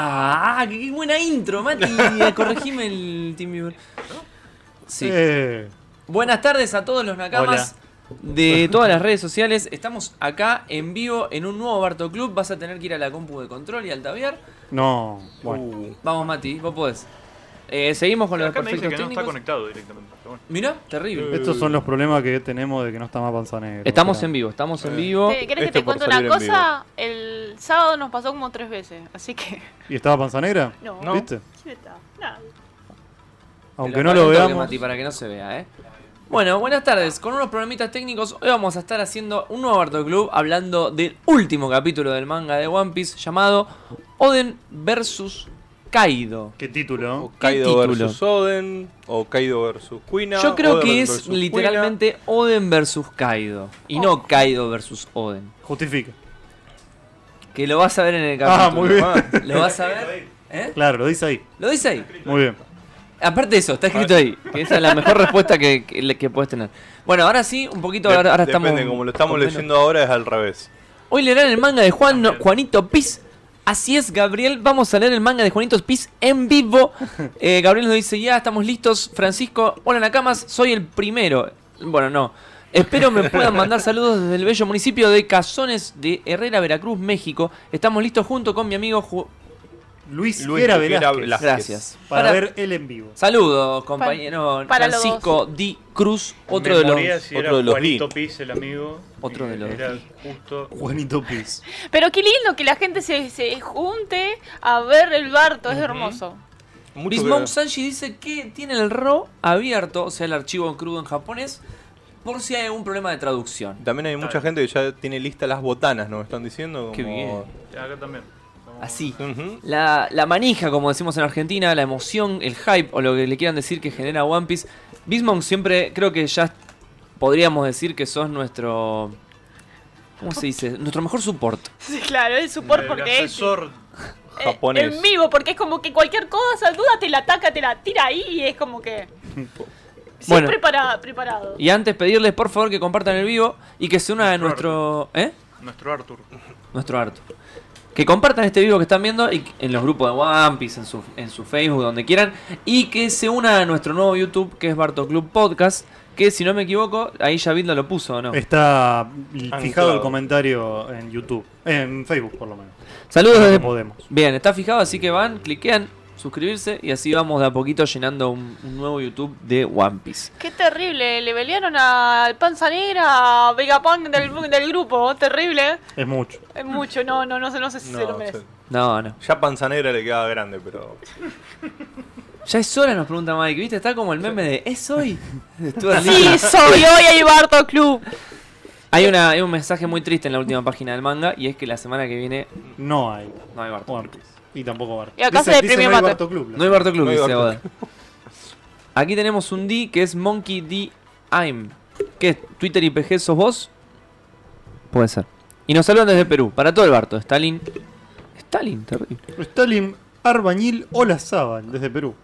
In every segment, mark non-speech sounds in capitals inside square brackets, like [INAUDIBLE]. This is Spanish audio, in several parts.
Ah, qué, qué buena intro, [LAUGHS] Mati. Corregime el Team Viewer. Sí. Eh, Buenas tardes a todos los nakamas [LAUGHS] de todas las redes sociales. Estamos acá en vivo en un nuevo Barto Club. Vas a tener que ir a la compu de control y al tabiar. no, Uh. bueno. Vamos, Mati, vos podés. Eh, seguimos con los Acá me dice perfectos que no está técnicos. conectado directamente. pero bueno. Mirá, terrible. Estos son los problemas que tenemos de que no está más panza negra. Estamos en vivo, estamos en vivo. Eh, ¿Querés Esto que te por cuente salir una en vivo. cosa? El sábado nos pasó como tres veces, así que. ¿Y estaba panza negra? No. ¿Viste? ¿Quién está? Nadie. Aunque Te no lo apago un toque, veamos. Mati, para que no se vea, ¿eh? Bueno, buenas tardes. Con unos programitas técnicos, hoy vamos a estar haciendo un nuevo Barto Club hablando del último capítulo del manga de One Piece llamado Oden vs. Kaido. ¿Qué título? Kaido título? versus Oden o Kaido versus Quina. Yo creo que es versus literalmente Oden vs. Kaido y no Kaido vs. Oden. Justifica. Que lo vas a ver en el capítulo. Ah, muy bien. Lo vas a ver. ¿Eh? Claro, lo dice ahí. Lo dice ahí. Muy bien. Aparte de eso, está escrito Ah. ahí. Que esa es la mejor respuesta que, que, que puedes tener. Bueno, ahora sí, un poquito. Quina. ahora, ahora Dep- estamos. Depende, como lo estamos con menos- leyendo ahora es al revés. Hoy leerán el manga de Juan, Juanito Piz. Así es, Gabriel. Vamos a leer el manga de Juanito Piz en [LAUGHS] vivo. Eh, Gabriel nos dice, ya estamos listos. Francisco, hola Nakamas, soy el primero. Bueno, no. Espero me puedan mandar saludos desde el bello municipio de Cazones de Herrera, Veracruz, México. Estamos listos junto con mi amigo... Ju- Luis, Luis Vera Vera Velázquez. Velázquez. Gracias. Para, Para- ver el en vivo. Saludos, compañero para los Francisco Di Cruz, otro de los... Moría si otro era de los Juanito Lee. Piz, el amigo. Otro de los Era Lee. justo. Juanito Piz. Pero qué lindo que la gente se, se junte a ver el barto, es hermoso. [LAUGHS] Mucho Bismong que- Sanji dice que tiene el RAW abierto, o sea, el archivo crudo en japonés, por si hay algún problema de traducción. También hay mucha gente que ya tiene lista las botanas, nos están diciendo. Como... Qué bien. Acá también. Estamos- Así. Ujú. La, la manija, como decimos en Argentina, la emoción, el hype o lo que le quieran decir que genera One Piece. Bismong siempre creo que ya podríamos decir que sos nuestro... ¿Cómo se dice? Nuestro mejor support. Sí, claro, el support El porque es. asesor eh, japonés. En vivo, porque es como que cualquier cosa, duda te la ataca, te la tira ahí y es [LAUGHS] como que. Bueno. Siempre para- preparado. Y antes pedirles por favor que compartan el vivo y que se unan a nuestro... Nuestro ¿Eh? nuestro Arthur. nuestro harto. Que compartan este video que están viendo y- en los grupos de One Piece, en su, en su Facebook, donde quieran. Y que se una a nuestro nuevo YouTube, que es Barto Club Podcast. Que si no me equivoco, ahí ya Vidla lo puso, ¿o no? Está fijado el Anclado. comentario en YouTube. Eh, En Facebook, por lo menos. Saludos Ahora desde... podemos. Bien, está fijado, así que van, cliquean, suscribirse y así vamos de a poquito llenando un, un nuevo YouTube de One Piece. Qué terrible, le pelearon al Panza Negra, a Vegapunk del, del grupo, terrible. Es mucho. Es mucho, no, no, no, sé- no sé si se lo No, merece. se- No, no. ya Panzanera le quedaba grande, pero. Ya es hora, nos pregunta Mike, ¿viste? Está como el meme de ¿es hoy? Estuvo así. [LAUGHS] Sí, soy hoy hay Barto Club. Hay, una, hay un mensaje muy triste en la última página del manga y es que la semana que viene No hay no hay Barto. One Piece. Y tampoco Barto. Y acá se deprimió no hay Mate. Barto Club. No hay Barto Club, No hay dice Barto Oda. Aquí tenemos un D que es Monkey D. I'm. ¿Qué es? ¿Twitter y PG sos vos? Puede ser. Y nos saludan desde Perú. Para todo el Barto. Stalin. Stalin, terrible. Stalin Arbañil Olazábal, desde Perú.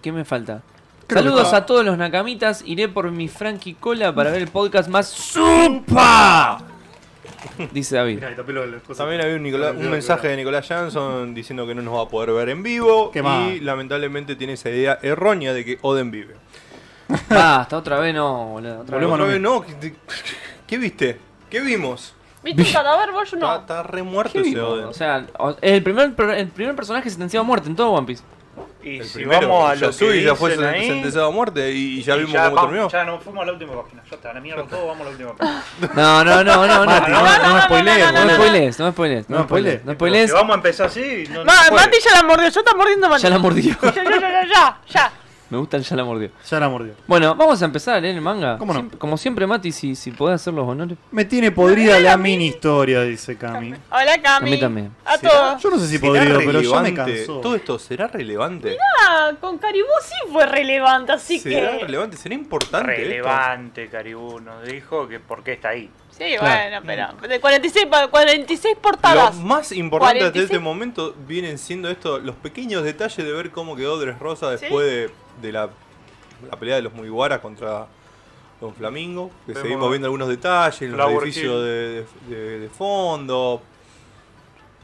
¿Qué me falta? Creo que Saludos está. a todos los nakamitas. Iré por mi Frankie Cola para ver el podcast más SUPA. Dice David. Mirá, y tapé lo de las cosas. También había un, Nicolás- un mensaje de Nicolás Jansson diciendo que no nos va a poder ver en vivo. Qué y mal. lamentablemente tiene esa idea errónea de que Oden vive. Basta, otra vez no, boludo. Otra vez. Volvemos a lo Otra vez, no, ¿qué, te- qué viste? ¿Qué vimos? ¿Viste un cadáver vos? Yo Está, no. está re muerto ¿Qué ese vimos? Oden. O sea, o- es el primer, pro- el primer personaje sentenciado a muerte en todo One Piece. Y El si primero, vamos a lo que Yasui ya fue dicen ahí, sentenciado a muerte y, y ya y vimos ya cómo vamos- terminó. Ya nos fuimos a la última página. Ya está, la mierda todo, vamos a la última página. No, no, no, no, no. Mati, no, no, no, no, no, spoilees, No me no, boludo. spoilees, no me spoilees, no me spoilees, no me Pero spoilees. Si vamos a empezar así, no, no Ma- se puede. Mati ya la mordió, yo está mordiendo Mati. Ya la mordió. [LAUGHS] Ya, ya, ya, ya, ya, ya. Me gusta el ya la mordió. Ya la mordió. Bueno, vamos a empezar a leer el manga. ¿Cómo no? Siempre- como siempre, Mati, si, si podés hacer los honores. Me tiene podrida la mini historia, dice Cami. Hola, Cami. A mí también. A ¿Será? todos. Yo no sé si ¿Será podrido, pero ya me relevante? cansó. ¿Todo esto será relevante? Ah, con Caribú sí fue relevante, así ¿Será que. relevante? ¿Será importante esto? Relevante, Caribú nos dijo que por qué está ahí. Sí, Claro. bueno, pero. De 46, pa- 46 Lo portadas. más importante hasta 46. este momento vienen siendo esto, los pequeños detalles de ver cómo quedó Dressrosa ¿Sí? después de, de la, la pelea de los Mugiwara contra Don Flamingo. Que Vemos- seguimos viendo algunos detalles, los Flower edificios de, de- de- de fondo.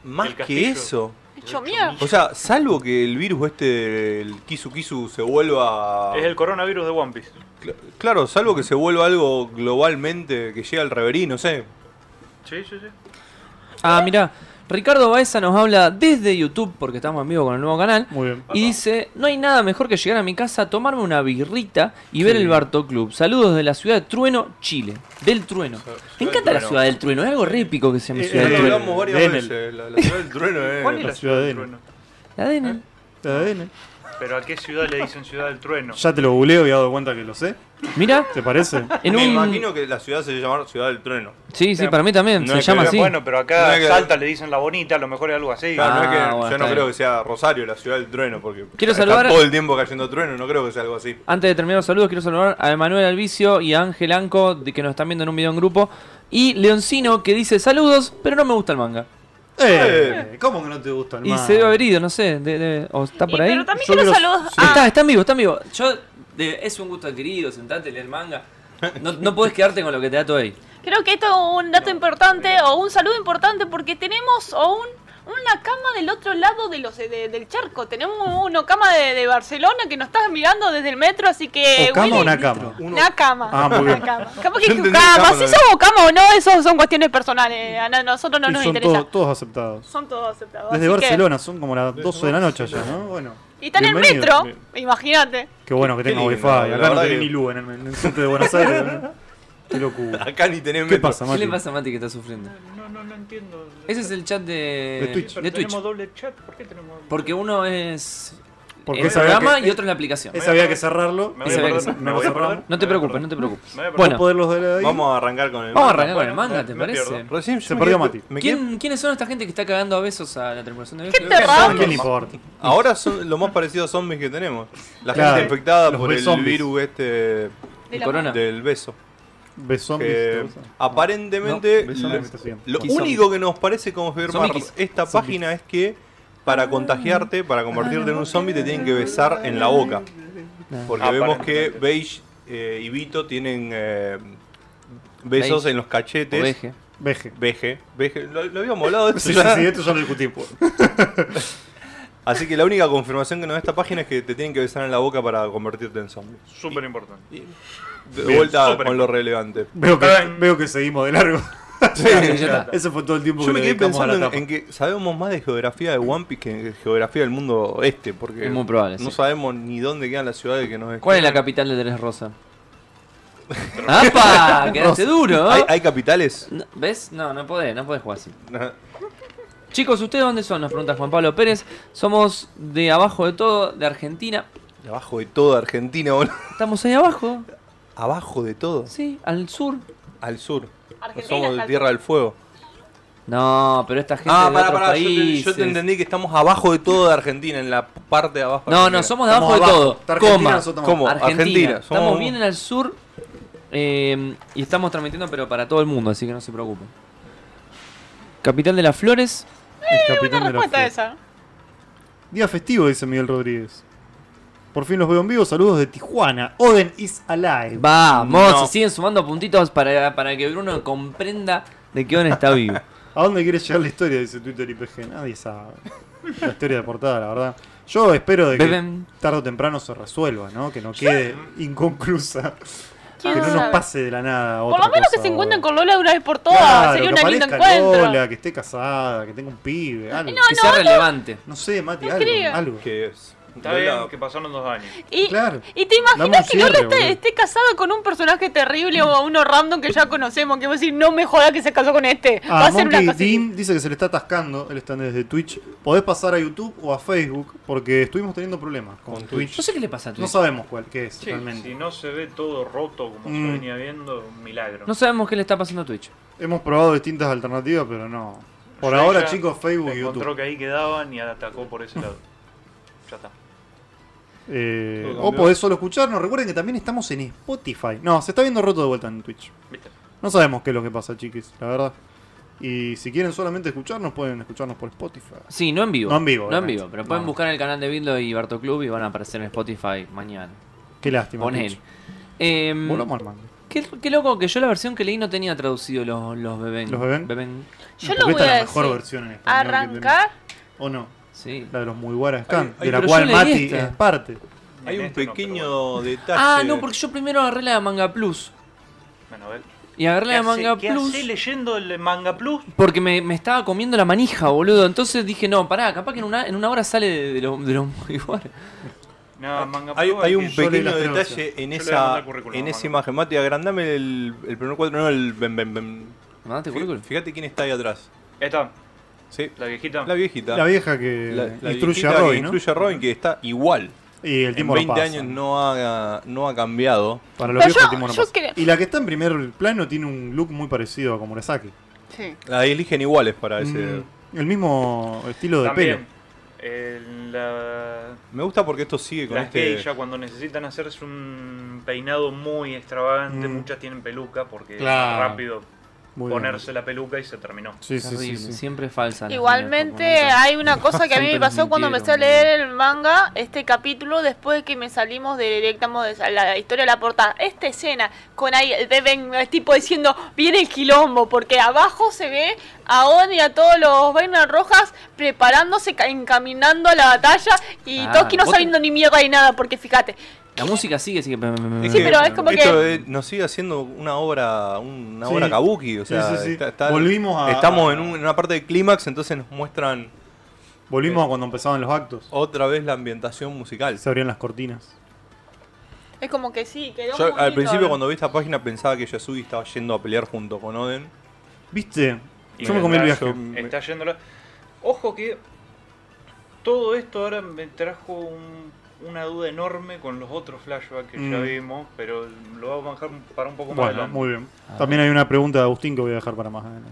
Más El que castillo. eso, Hecho mierda. O sea, salvo que el virus este, el Kisu Kisu, se vuelva. Es el coronavirus de One Piece. Cla- Claro, salvo que se vuelva algo globalmente que llegue al reverí, no sé. Sí, sí, sí. Ah, mirá. Ricardo Baeza nos habla desde YouTube, porque estamos en vivo con el nuevo canal. Muy Ah. bien. Y dice, no hay nada mejor que llegar a mi casa, tomarme una birrita y ver el Barto Club. Saludos de la ciudad de Trueno, Chile. Del Trueno. Me encanta la Trueno. ciudad del Trueno, es algo re épico que se llama Eh, ciudad del eh, Trueno. hablamos varias Denel. veces. La, la ciudad del trueno eh. es. ¿Cuál es la eh, la ciudad ciudad del de N. La trueno? ADN. La ADN. ¿Pero a qué ciudad le dicen ciudad del trueno? Ya te lo googleo y he dado cuenta que lo sé. Mira, ¿Te [LAUGHS] parece? en Me un... imagino que la ciudad se debe llamar Ciudad del Trueno. Sí, sí, para mí también, No se es llama que- así. Bueno, pero No acá hay que- Salta le dicen la bonita, a lo mejor es algo así. Claro, no es que- Ah, bueno, yo no está creo bien. que sea Rosario la ciudad del trueno, porque Quiero está saludar- todo el tiempo cayendo trueno, no creo que sea algo así. Antes de terminar los saludos, quiero saludar a Emanuel Alvicio y a Ángel Anco, de que nos están viendo en un video en grupo. Y Leoncino, que dice saludos, pero no me gusta el manga. Eh, ¿Cómo que no te gusta el Y mar? se debe haber ido, no sé, de- de- o está por Y- ahí. Pero también Yo quiero creo- saludos Ah, Está, a... está en vivo, está en vivo. Yo, de- es un gusto adquirido, sentate, leer manga. No, no podés quedarte con lo que te da todo ahí. Creo que esto es un dato importante o un saludo importante porque tenemos o un, una cama del otro lado de los, de- del charco. Tenemos una cama de, de Barcelona que nos está mirando desde el metro, así que... ¿O cama o eh, Willy, una cama? Una cama. Ah, muy bien. Una cama. Capaz que Yo es tu entendí cama. cama Si también. somos cama o no, eso son cuestiones personales. A na- nosotros no Y nos son interesa. todos, todos aceptados. Son todos aceptados. Desde así que- Barcelona, son como las 12 de la noche allá, ¿no? Bueno. Y está en el bienvenidos. metro, imagínate. Qué bueno que Qué tenga lindo, wifi. la Acá no verdad tenés que- ni luz en el, en el centro de Buenos Aires. [LAUGHS] ¿no? Qué locura. Acá ni tenés ¿Qué metro. pasa, ¿Qué Mati? le pasa a Mati que está sufriendo? No, no, no entiendo. Ese es el chat de, De Twitch. de Twitch. Tenemos doble chat, ¿por qué tenemos doble Porque uno es Porque el esa había programa que- y otro es la aplicación. Ese había que cerrarlo. Me voy a y perder, no me lo voy a cerramos. perder. No te preocupes, no te preocupes. Me voy a perder. Bueno, Poderlos de ahí. Vamos a arrancar con el vamos a manga. arrancar con el Bueno, manga, ¿te me parece? pierdo. Recién yo Se me perdió quedé- Mati. me quedé- ¿Quién- ¿Quiénes son esta gente que está cagando a besos a la tripulación de besos? te Son raro. los- ¿Qué le importa? Ahora son lo más parecido a zombies que tenemos. La Claro, gente infectada los por el zombies. virus este De El la- corona. del beso. Besón. Que, ¿viste? Eh, aparentemente No, beso lo- no me estás viendo. lo, Kiss único que nos parece confirmar Zombie kiss. esta página es que para contagiarte, para convertirte en un zombie, te tienen que besar en la boca. Porque vemos que Aparentemente. Beige eh, y Vito tienen eh, besos Beige. en los cachetes. Oveje. [LAUGHS] Veje. Veje. Veje. Lo, Pues lo habíamos hablado [LAUGHS] de esto Sí, sí, ya. sí, esto ya lo discutimos. Así que la única confirmación que nos da esta página es que te tienen que besar en la boca para convertirte en zombie. Súper importante. De Bien, vuelta súper. con lo relevante. Veo que, Ay. veo que seguimos de largo. Sí, ya [LAUGHS] está. Ese fue todo el tiempo Yo que me le quedé dedicamos a pensando la en, tapa. en que sabemos más de geografía de One Piece que de geografía del mundo este, porque Es muy probable, no sí. sabemos ni dónde quedan las ciudades que nos esquivan. ¿Cuál es la capital de Tres [LAUGHS] Rosa? ¡Apa! Quedaste duro, ¿Hay, ¿eh? hay capitales? No, ¿Ves? No, no podés, no podés jugar así. Ajá. Chicos, ¿ustedes dónde son? Nos pregunta Juan Pablo Pérez. Somos de abajo de todo, de Argentina. Abajo de todo Argentina, boludo. Estamos ahí abajo, Abajo de todo. sí, al sur. Al sur. Argentina Somos está de al Tierra del Fuego. No, pero esta gente Ah, de pará, otros pará. Yo te, países. yo te entendí que estamos abajo de todo de Argentina, en la parte de abajo. de No, no, Argentina. somos de abajo Estamos de abajo. todo. Está Argentina, Coma. nosotros estamos- ¿Cómo? Argentina. Argentina. Somos- Estamos bien en el sur eh, y estamos transmitiendo, pero para todo el mundo, así que no se preocupen. Capital de las Flores. El capitán Una de la respuesta flor. esa. Día festivo, dice Miguel Rodríguez. Por fin los veo en vivo. Saludos de Tijuana. Oden is alive. Vamos, No. se siguen sumando puntitos para, para que Bruno comprenda de qué onda está [LAUGHS] vivo. ¿A dónde quiere llegar la historia? Dice Twitter IPG. Nadie sabe. La historia de portada, la verdad. Yo espero de que Beben. tarde o temprano se resuelva, ¿no? Que no quede inconclusa. Que ¿Quién no nos sabe? pase de la nada. Por lo menos que se encuentren con Lola de una vez por todas. Claro, Sería que un lindo aparezca encuentro. Lola, que esté casada, que tenga un pibe, algo. que sea relevante. No sé, Mati, No algo. escriba. algo. Que es. Está Lola- bien que pasaron dos años. Y, Claro. y te Dame un imaginas que Lola cierre, esté, boludo. esté casada con un personaje terrible o uno random que ya conocemos. Que va a decir, no me jodas que se casó con este. Va Ah, a ser una Monkey cosa. así. Dean dice que se le está atascando, él está desde Twitch. Podés pasar a YouTube o a Facebook porque estuvimos teniendo problemas con, Con Twitch. No sé qué le pasa a No Twitch. sabemos cuál qué es Sí, realmente. si no se ve todo roto como Mm. se venía viendo, un milagro. No sabemos qué le está pasando a Twitch. Hemos probado distintas alternativas, pero no. Por Yo ahora, ya chicos, Facebook y Encontró YouTube. que ahí quedaban y atacó por ese lado. ya está. Eh, Todo o cambió. podés solo escucharnos. Recuerden que también estamos en Spotify. No, se está viendo roto de vuelta en Twitch. ¿Viste? No sabemos qué es lo que pasa, chiquis, la verdad. Y si quieren solamente escucharnos, pueden escucharnos por Spotify. Sí, no en vivo. No en vivo, No en obviamente. vivo, pero pueden No. buscar en el canal de Bildo y Barto Club y van a aparecer en Spotify mañana. Qué lástima. Ponele. Twitch. Em, Volvamos al manga. qué, qué loco que yo la versión que leí no tenía traducido los, los beben. ¿Los beben? Beben. Yo Porque lo voy esta a es la mejor decir. versión en español. que Arrancar tenemos. ¿O no? Sí. La de los muy buenas Khan, ay, de la pero cual yo leí Mati esta. es parte. En Hay un este no, pequeño pero detalle. Ah, no, porque yo primero agarré la de Manga Plus. bueno. Bueno, a ver. Y agarré la ¿Qué de hace- Manga qué Plus. hace leyendo el Manga Plus? Porque me, me estaba comiendo la manija, boludo. Entonces dije, no, pará, capaz que en una, en una hora sale de, de lo- [LAUGHS] de los muy buenos. No, Manga Hay, Plus. hay es un que yo- leí pequeño las tres detalle en Yo le voy a mandar esa, el currículum, en hermano. esa imagen. Mati, agrandame el, el primer cuadro, no el ben, ben, ben. ¿Mandaste Este currículum? Fíjate quién está ahí atrás. Esta, Sí, la viejita. la viejita. La vieja que La- la instruye viejita a que Roy, ¿no? instruye a Robin, que está igual. Y el En tiempo 20 no pasa. años no ha, no ha cambiado. Para los Pero viejos yo- el tiempo no yo pasa. quería- Y la que está en primer plano tiene un look muy parecido a Komurasaki. Sí. La eligen iguales para ese. Mm, el mismo estilo de Ah, También. pelo. el- la, Me gusta porque esto sigue con las este. geisha, cuando necesitan hacerse un peinado muy extravagante, Mm. muchas tienen peluca porque Claro. es rápido Muy bien. ponerse la peluca y se terminó. Sí, sí, sí, Terrible, sí. siempre es falsa. la Igualmente mina, por hay una cosa que a mí me Siempre nos pasó cuando empecé a mintieron, leer el manga, este capítulo, después de que me salimos de directamos de la historia de la portada. Esta escena con ahí el bebé el tipo diciendo, viene el quilombo, porque abajo se ve a Oden y a todos los vainas rojas preparándose, ca- encaminando a la batalla y Ah, Toki no vos sabiendo ni mierda ni nada, porque fíjate, momentos. La música sigue, sigue. Es Sí, que pero es como que- esto es- nos sigue haciendo una obra, una Sí. obra kabuki, o Sí, sea, sí, sí. está- está- Volvimos a- estamos en, un- en una parte de clímax, entonces nos muestran Volvimos a cuando empezaban los actos. otra vez la ambientación musical. Se abrían las cortinas. es como que sí, quedó Yo como al lindo, principio ¿eh? ¿no? cuando vi esta página pensaba que Yasugi estaba yendo a pelear junto con Oden. ¿Viste? Y Yo me comí el está- viaje. yo- Está yéndola. Ojo que todo esto ahora me trajo un- una duda enorme con los otros flashbacks que ya Mm. vimos, pero lo vamos a bajar un- para un poco más Bueno, adelante. muy bien. Ah. También hay una pregunta de Agustín que voy a dejar para más adelante.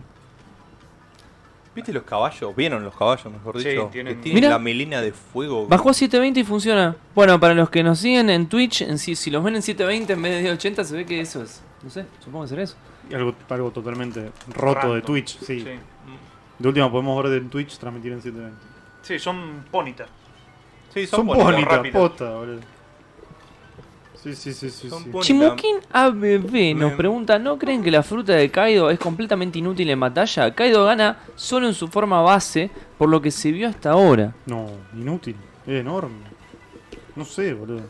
¿Viste los caballos? ¿Vieron los caballos, mejor Sí, dicho? tienen- Que Mira. la melina de fuego. Bajó a 720 y funciona. Bueno, para los que nos siguen en Twitch, en si, si los ven en 720 en vez de 80, se ve que eso es. No sé, supongo que será eso. Y Algo, algo totalmente roto de Random. Twitch, sí. Sí, De última podemos ver en Twitch transmitir en 720. Sí, son pónitas. Sí, son, Son bonitos, bonitas, rápido. posta, boludo. Sí, sí, sí, sí. Son sí. bonitas. Chimukin ABB nos Me- pregunta, ¿no creen que la fruta de Kaido es completamente inútil en batalla? Kaido gana solo en su forma base, por lo que se vio hasta ahora. No, inútil. Es enorme. No sé, boludo.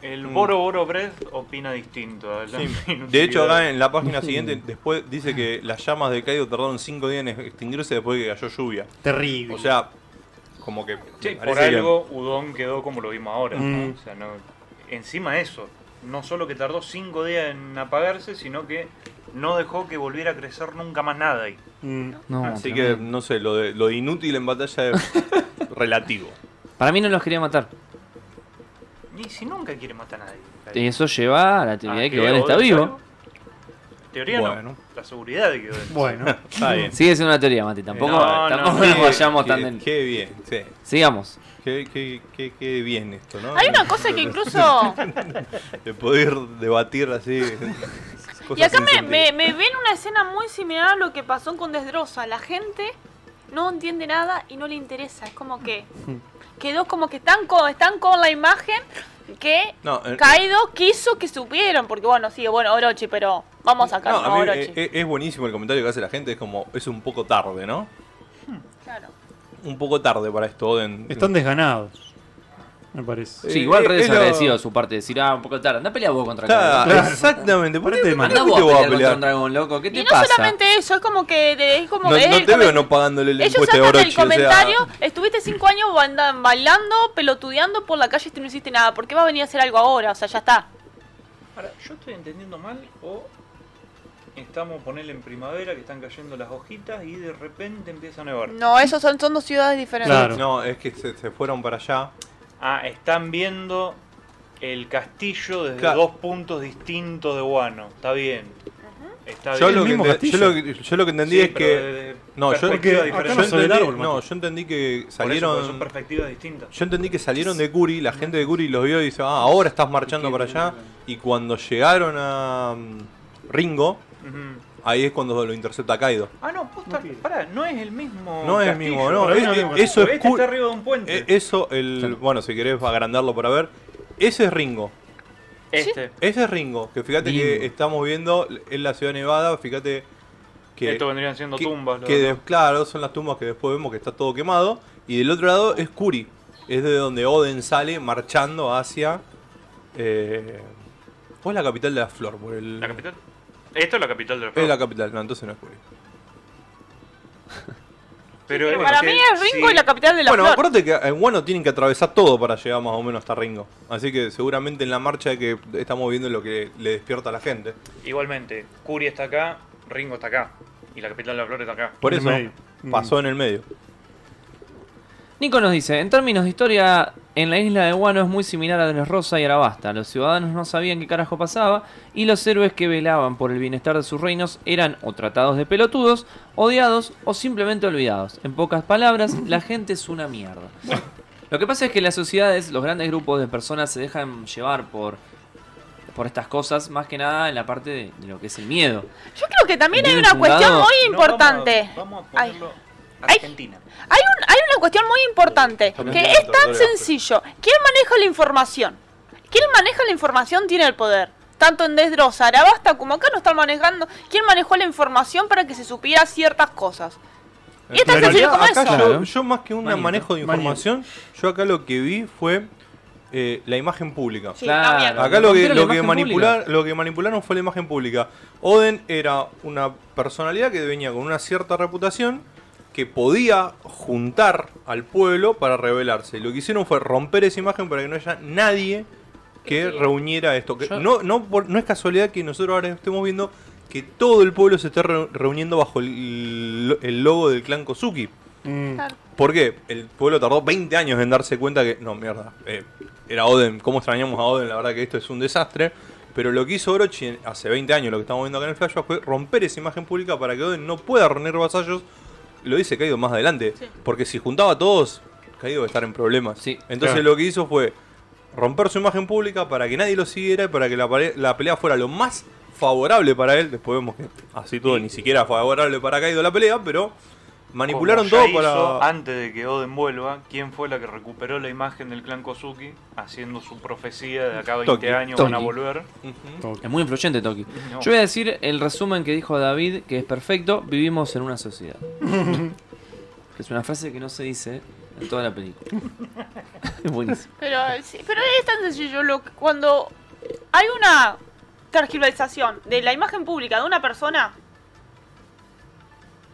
El Mm. Boro Boro Breath opina distinto. ¿eh? a la [LAUGHS] Sí. inutilidad. De hecho, acá en [LAUGHS] la página siguiente, después dice que las llamas de Kaido tardaron 5 días en extinguirse después de que cayó lluvia. Terrible. O sea, como que. Sí, me por parece que- algo Udon quedó como lo vimos ahora. ¿no? Mm. O sea, no, encima eso, no solo que tardó cinco días en apagarse, sino que no dejó que volviera a crecer nunca más nada ahí. Mm. No, Así que, tremendo. no sé, lo de, lo de inútil en batalla es [LAUGHS] relativo. Para mí no los quería matar. Y si nunca quiere matar a nadie. Eso lleva a la Ah, teoría de que ¿qué? Oden está ¿Oden vivo. algo? Teoría Bueno. no. La seguridad de que Oden. [LAUGHS] Bueno, Está bien. Sigue siendo una teoría, Mati. Tampoco, No, no, tampoco no. nos vayamos Qué- tan... del- Qué bien, sí. Sigamos. Qué, qué- qué- qué bien esto, ¿no? Hay una cosa que [LAUGHS] incluso De poder debatir así. cosas Y acá sin me, sentido. me, me ven una escena muy similar a lo que pasó con Desdrosa. La gente no entiende nada y no le interesa. Es como que quedó como que están con, están con la imagen que No, eh, Kaido quiso que supieran. Porque bueno, sí, bueno, Orochi, pero vamos a no, sacar a a mí, Orochi. eh, eh, es buenísimo el comentario que hace la gente. Es como, es un poco tarde, ¿no? Claro. Un poco tarde para esto, Oden. están desganados. Me parece. Eh, Sí, igual re es lo- desagradecido de su parte. Decir, ah, un poco tarde. Anda a pelear vos contra Kaido. Está- Claro. Exactamente. ¿Por qué Ponete de te mano. Andá mandaste vos a vos a pelear contra pelear? un dragón, loco. ¿Qué te Y no pasa? solamente eso, es como que de- es como No, es no el te veo comen- no pagándole el Ellos impuesto de sacan Orochi. el o sea, comentario, estuviste cinco años banda- bailando, pelotudeando por la calle y no hiciste nada. ¿Por qué vas a venir a hacer algo ahora? O sea, ya está. Ahora, ¿yo estoy entendiendo mal o estamos ponerle en primavera que están cayendo las hojitas y de repente empieza a nevar? No, esos son, son dos ciudades diferentes. Claro. No, es que se, se fueron para allá. Ah, están viendo el castillo desde Claro. dos puntos distintos de Guano. Está bien. Está Yo bien. lo, que mismo ente- castillo. yo, lo que, yo lo que entendí Sí, es pero eh, que. desde No, yo- Porque perspectivas acá yo no diferentes. soy del entendí- árbol, no, Mati. yo entendí que Por eso, porque salieron. son perspectivas distintas. Yo entendí que salieron de Curi, la gente de Curi los vio y dice, ah, ahora estás marchando para allá. Y cuando llegaron a mm, Ringo, Ujú. ahí es cuando lo intercepta Kaido. Ah, no, posta, No, pará, no es el mismo. No es el castillo. mismo, no. para mí no eh, es el eh, mismo eso es Este Curi. está arriba de un puente. eh, Eso, el. Bueno, si querés agrandarlo para ver. Ese es Ringo. este. Ese es Ringo, que fíjate que Bingo. estamos viendo en la ciudad de nevada, fíjate que- Esto vendrían siendo que- tumbas. lo que de- de- claro, son las tumbas que después vemos que está todo quemado. Y del otro lado es Kuri. Es de donde Oden sale marchando hacia. Eh, ¿Cuál es la capital de la flor? Por el- ¿La capital? Esto es la capital de los Es la capital, no, entonces no es Kuri. Pero, Pero es para que mí es Ringo si- y la capital de la Bueno, flor. acuérdate que en Wano tienen que atravesar todo para llegar más o menos hasta Ringo. Así que seguramente en la marcha que estamos viendo es lo que le despierta a la gente. Igualmente, Curi está acá, Ringo está acá. Y la capital de la flor está acá. Por En eso el medio. pasó en el medio. Nico nos dice, en términos de historia, en la isla de Guano es muy similar a Dres Rosa y Arabasta. Los ciudadanos no sabían qué carajo pasaba y los héroes que velaban por el bienestar de sus reinos eran o tratados de pelotudos, odiados o simplemente olvidados. En pocas palabras, la gente es una mierda. Lo que pasa es que las sociedades, los grandes grupos de personas se dejan llevar por, por estas cosas, más que nada en la parte de, de lo que es el miedo. Yo creo que también hay Bien una fundado. cuestión muy No, importante. vamos a, vamos a Ay. ponerlo Ay. Argentina. Hay, un- hay una cuestión muy importante, También que tiene es otro tan problema. sencillo. ¿Quién maneja la información? ¿Quién maneja la información tiene el poder? Tanto en Desdrosa, Arabasta como acá no están manejando. ¿Quién manejó la informay para que se supiera ciertas cosas? Y es tan Pero sencillo como acá eso. Yo, Claro. yo más que un Manito. manejo de información, yo acá lo que vi fue eh, la imagen pública. Sí, también. Acá lo que, Rompieron la lo, que imagen pública. manipular, lo que manipularon fue la imagen pública. Oden era una personalidad que venía con una cierta reputación que podía juntar al pueblo para rebelarse. Lo que hicieron fue romper esa imagen para que no haya nadie que Sí. reuniera esto. Que Yo- no, no, por- no es casualidad que nosotros ahora estemos viendo que todo el pueblo se esté re- reuniendo bajo el, el logo del clan Kozuki. Mm. Claro. ¿Por qué? El pueblo tardó 20 años en darse cuenta que. No, mierda. eh, era Oden. ¿Cómo extrañamos a Oden? La verdad que esto es un desastre. Pero lo que hizo Orochi en- hace 20 años, lo que estamos viendo acá en el flashback, fue romper esa imagen pública para que Oden no pueda reunir vasallos. Lo dice Kaido más adelante. Sí. Porque si juntaba a todos, Kaido iba a estar en problemas. Sí. Entonces Claro. lo que hizo fue romper su imagen pública para que nadie lo siguiera y para que la, pare- la pelea fuera lo más favorable para él. Después vemos que así todo ni siquiera favorable para Kaido la pelea, pero manipularon Como ya todo para. hizo Antes de que Oden vuelva, ¿quién fue la que recuperó la imagen del clan Kozuki? Haciendo su profecía de acá 20 Toki. años van a Toki. volver. Ujú. Toque. Es muy influyente, Toki. No. Yo voy a decir el resumen que dijo David, que es perfecto, vivimos en una [LAUGHS] sociedad. Que es una frase que no se dice en toda la [LAUGHS] película. Es buenísimo. Pero, sí, pero es tan sencillo. Lo que- cuando hay una tergiversación de la imagen pública de una persona,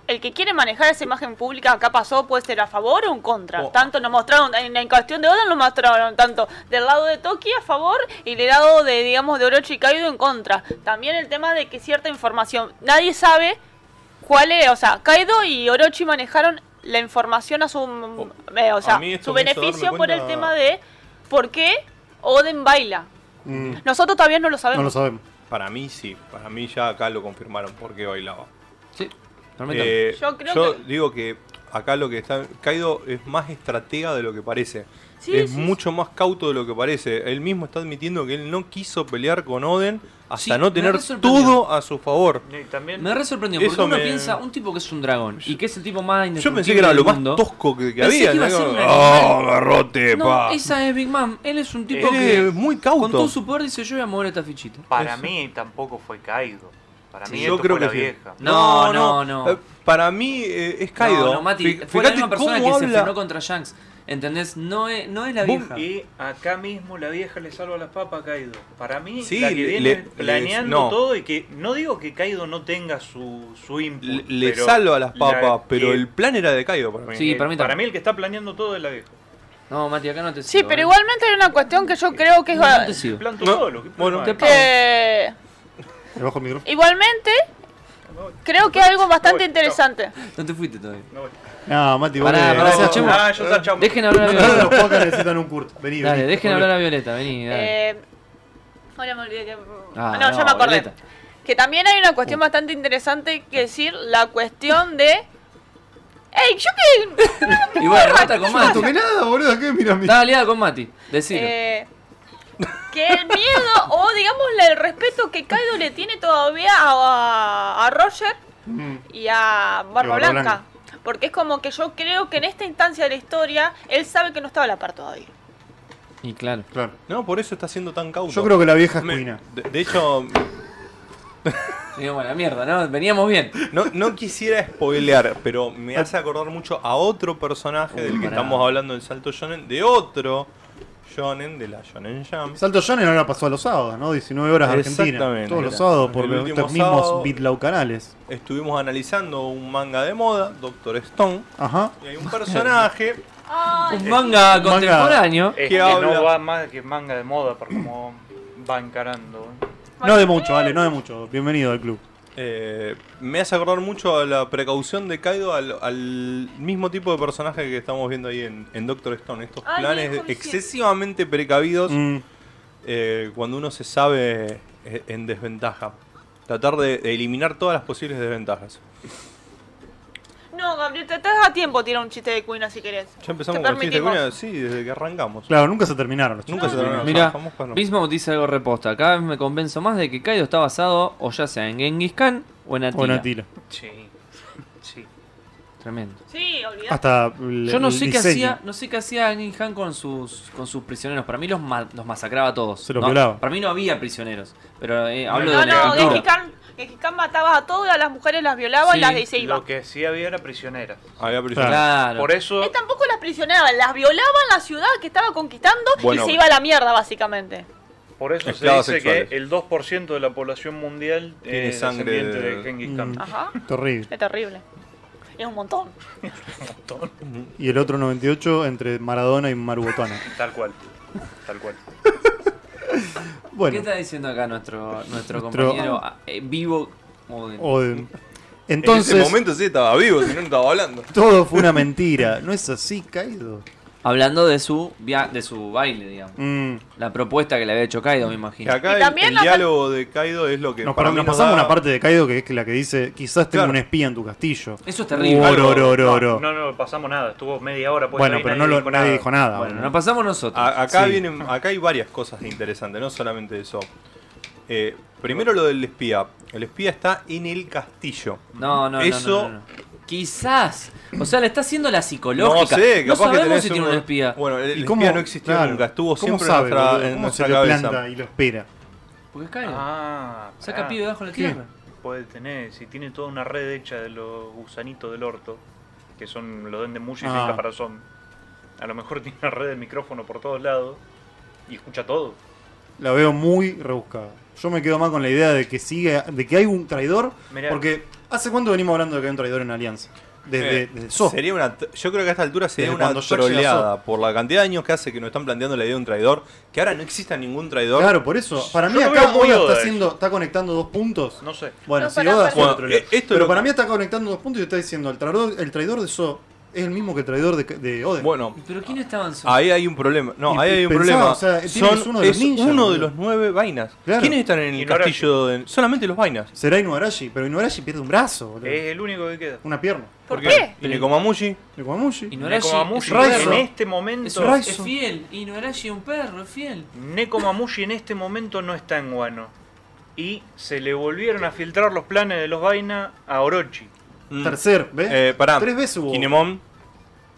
el que quiere manejar esa imagen pública acá pasó puede ser a favor o en contra. Oh. Tanto nos mostraron, en, en cuestión de Oda nos mostraron tanto del lado de Toki a favor y del lado de, digamos, de Orochi y Kaido en contra. También el tema de que cierta información, nadie sabe cuál es, o sea, Kaido y Orochi manejaron la información a su, eh, o sea, a mí esto su me hizo beneficio darme por el cuenta- tema de por qué Oden baila. Mm. Nosotros todavía no lo No sabemos. lo sabemos. Para mí sí, para mí ya acá lo confirmaron porque bailaba. Sí, realmente. Eh, Yo creo que- digo que acá lo que está Kaido es más estratega de lo que parece. Sí, es sí, mucho más cauto de lo que parece. Él mismo está admitiendo que él no quiso pelear con Oden hasta Sí, no me tener re sorprendió. todo a su favor. Y también Me re sorprendió, Eso porque uno me- piensa, un tipo que es un dragón y que es el tipo más Yo indestructible pensé que era lo del más mundo. tosco que, que Pensé que había. iba a ¿no? ser un oh, animal. garrote, No, pa. esa es Big Mom. Él es un tipo Él que es muy con todo cauto. su poder dice yo voy a mover esta fichita. para Eso. mí tampoco fue Kaido. Para Sí, mí yo esto creo fue que la sí. vieja. No, no, no. Eh, Para mí eh, es Kaido. No, no, Mati, Fí- fue la fíjate misma persona que cómo se habla. frenó contra Shanks. ¿Entendés? No es, no es la Vos- vieja. Y acá mismo la vieja le salva las papas a Kaido. Para mí, Sí, la que le- viene le- planeando les- no. todo y que no digo que Kaido no tenga su, su input. Le, le pero salva las papas, la pero que- el plan era de Kaido para mí. Sí, eh, para mí para también. mí el que está planeando todo es la vieja. No, Mati, acá no te Sí, sigo, pero eh. igualmente hay una cuestión que yo creo que es... No, no te sigo. Planto No. solo. ¿qué Bueno, problema te hay? que- Debajo del Eh. micrófono. igualmente Me voy, creo que hay algo bastante Voy, interesante. No te fuiste todavía. me voy. No, Ah, Mati, vos Pará, le- pará, [LAUGHS] gracias, vos- Chemo. Chema. Ah, yo está chamo. Dejen hablar a Todos los Violeta. podcasts necesitan un Kurt. Vení, Dale, vení. dejen Volvé. hablar a Violeta, vení, dale. Eh, ahora me olvidé que... Ah, no, ya me acordé. Violeta. Que también hay una cuestión bastante interesante que decir, la cuestión de... ¡Ey, yo qué! Y bueno, basta con No Mati. toqué nada, boludo. ¿Qué mira a mí? Estaba aliada con Mati. Decilo. Eh, que el miedo o digamos la- el respeto que Kaido le tiene todavía a, a- a Roger Mm. y a Barba Barba Blanca. Blanca. Porque es como que yo creo que en esta instancia de la historia él sabe que no estaba a la par todavía. Y claro. Claro. No, por eso está siendo tan cauto. Yo creo que la vieja es Me- cuina. de, de hecho, Digamos, la mierda, ¿no? Veníamos bien. No, no quisiera spoilear, pero me hace acordar mucho a otro personaje Uy, del que pará. estamos hablando del salto shonen, de otro shonen, de la shonen jam. Salto Johnny ahora pasó a los sábados, ¿no? 19 horas Argentina. Exactamente. Todos los sábados por El los- último estos mismos sábado. Bitlau canales. Estuvimos analizando un manga de moda, Doctor Stone, Ajá. y hay un personaje Ay, Un manga contemporáneo. Eh, Es ¿Qué que habla? no va más que manga de moda por cómo va encarando. ¿eh? No de mucho, vale, no de mucho. Bienvenido al club. Eh, me hace acordar mucho a la precaución de Kaido al, al mismo tipo de personaje que estamos viendo ahí en, en Doctor Stone. Estos Ay, planes viejo, me excesivamente precavidos Mm, eh, cuando uno se sabe eh, en desventaja. Tratar de, de eliminar todas las posibles desventajas. no, Gabriel, te estás a tiempo tirar un chiste de Queen si querés. Ya empezamos Te con el chiste de permitimos. Cunha, sí, desde que arrancamos. Claro, nunca se terminaron los Nunca chistes. se terminó. Mira, Vamos con- Bismarck Eh, dice algo reposta. Cada vez me convenzo más de que Kaido está basado o ya sea en Genghis Khan o en Atila. O Natila. Sí. Sí. Tremendo. Sí, olvidate. Hasta el- Yo no el sé qué diseño. hacía, no sé qué hacía Genghis Khan con sus con sus prisioneros. Para mí los, ma- los masacraba a todos. Se los ¿no? violaba. Para mí no había prisioneros. Pero eh, hablo No, de la no, cultura. Genghis Khan, Gengis Khan mataba a todas las mujeres, las violaba Sí, y las de- se iba. Lo que sí había era prisioneras. Había prisioneros. Claro. Por eso. Él tampoco las prisionaban, las violaban la ciudad que estaba conquistando Bueno. y se iba a la mierda, básicamente. Por eso se Esclavos dice sexuales. que el 2% de la población mundial Tiene es sangre descendiente de- de Genghis Khan. Mm. [LAUGHS] Ajá, Terrible. es terrible. Es un montón. Y el otro 98 entre Maradona y Marubotana. Tal cual. Tal cual. ¿Qué Bueno, está diciendo acá nuestro, nuestro, Nuestro- compañero eh, vivo? Oden? Oden. en ese Entonces, momento sí estaba vivo, si no, no estaba hablando. todo fue una mentira. ¿No es así, Kaido? Hablando de su via- de su baile, digamos. Mm, La propuesta que le había hecho Kaido, me Y imagino. acá Y el- también el, la- diálogo de Kaido es lo que. Nos, para- para mí nos nos pasamos da- una parte de Kaido que es la que dice, quizás tenga Claro. un espía en tu castillo. Eso es terrible. Oro, Algo- oro, oro, No, oro. no, no pasamos nada. Estuvo media hora. puesta bueno, ahí, pero no lo, nadie dijo nada. Bueno, boludo. nos pasamos nosotros. A- acá Sí. vienen, acá hay varias cosas interesantes, no solamente eso. Eh, primero lo del espía. El espía está en el castillo. No, no, no, Eso- no, no, no. Quizás. O sea, le está haciendo la psicológica. No, sabemos si tiene un espía. Bueno, el, ¿Y el cómo- espía no existió claro, nunca, estuvo ¿cómo siempre sabe, en nuestra, boludo? en ¿Cómo nuestra se lo cabeza. planta y lo espera? Porque es Kaido. Ah, Saca pará. pibe debajo de la ¿Qué? tierra. Puede tener, si tiene toda una red hecha de los gusanitos del orto, que son lo den de mucho y Ah. sin caparazón. A lo mejor [LAUGHS] tiene una red de micrófono por todos lados y escucha todo. La veo muy rebuscada. Yo me quedo más con la idea de que sigue, de que hay un traidor, Mirá. porque ¿hace cuánto venimos hablando de que hay un traidor en Alianza? Desde, Eh, desde Zo. sería una, t- yo creo que a esta altura sería Desde una cuando Jack llega a troleada por la cantidad de años que hace que nos están planteando la idea de un traidor, que ahora no exista ningún traidor. Claro, por eso. Para Yo mí lo acá veo Oda muy Oda está, eso. haciendo, está conectando dos puntos. No sé. Bueno, No, si pará, Oda pará. es otro Bueno, traidor. eh, esto es Pero lo para que- mí está conectando dos puntos y está diciendo, el traidor, el traidor de Zo es el mismo que el traidor de, de Oden. Bueno, Pero ¿quién estaban solo? Ahí hay un problema. No, Y ahí hay un pensá, problema. o sea, tiene que Son, ser uno de los es ninjas, uno de boludo. los nueve vainas. Claro. ¿Quiénes están en el Ignorancia. castillo? de- Solamente los vainas. Será Inuarashi, pero Inuarashi pierde un brazo, boludo. Es Eh. el único que queda. Una pierna. ¿Por Porque qué? Inikomamushi, Nekomamushi. Ignorashi Nekomamushi es un Raizo. en perro. este Es, momento. un- es Raizo. fiel. Ignorashi es un perro, es fiel. Nekomamushi en este momento no está en Guano. Y se le volvieron a filtrar los planes de los Vaina a Orochi. mm, Tercer, ¿ves? eh, pará. Tres veces hubo. Kinemon,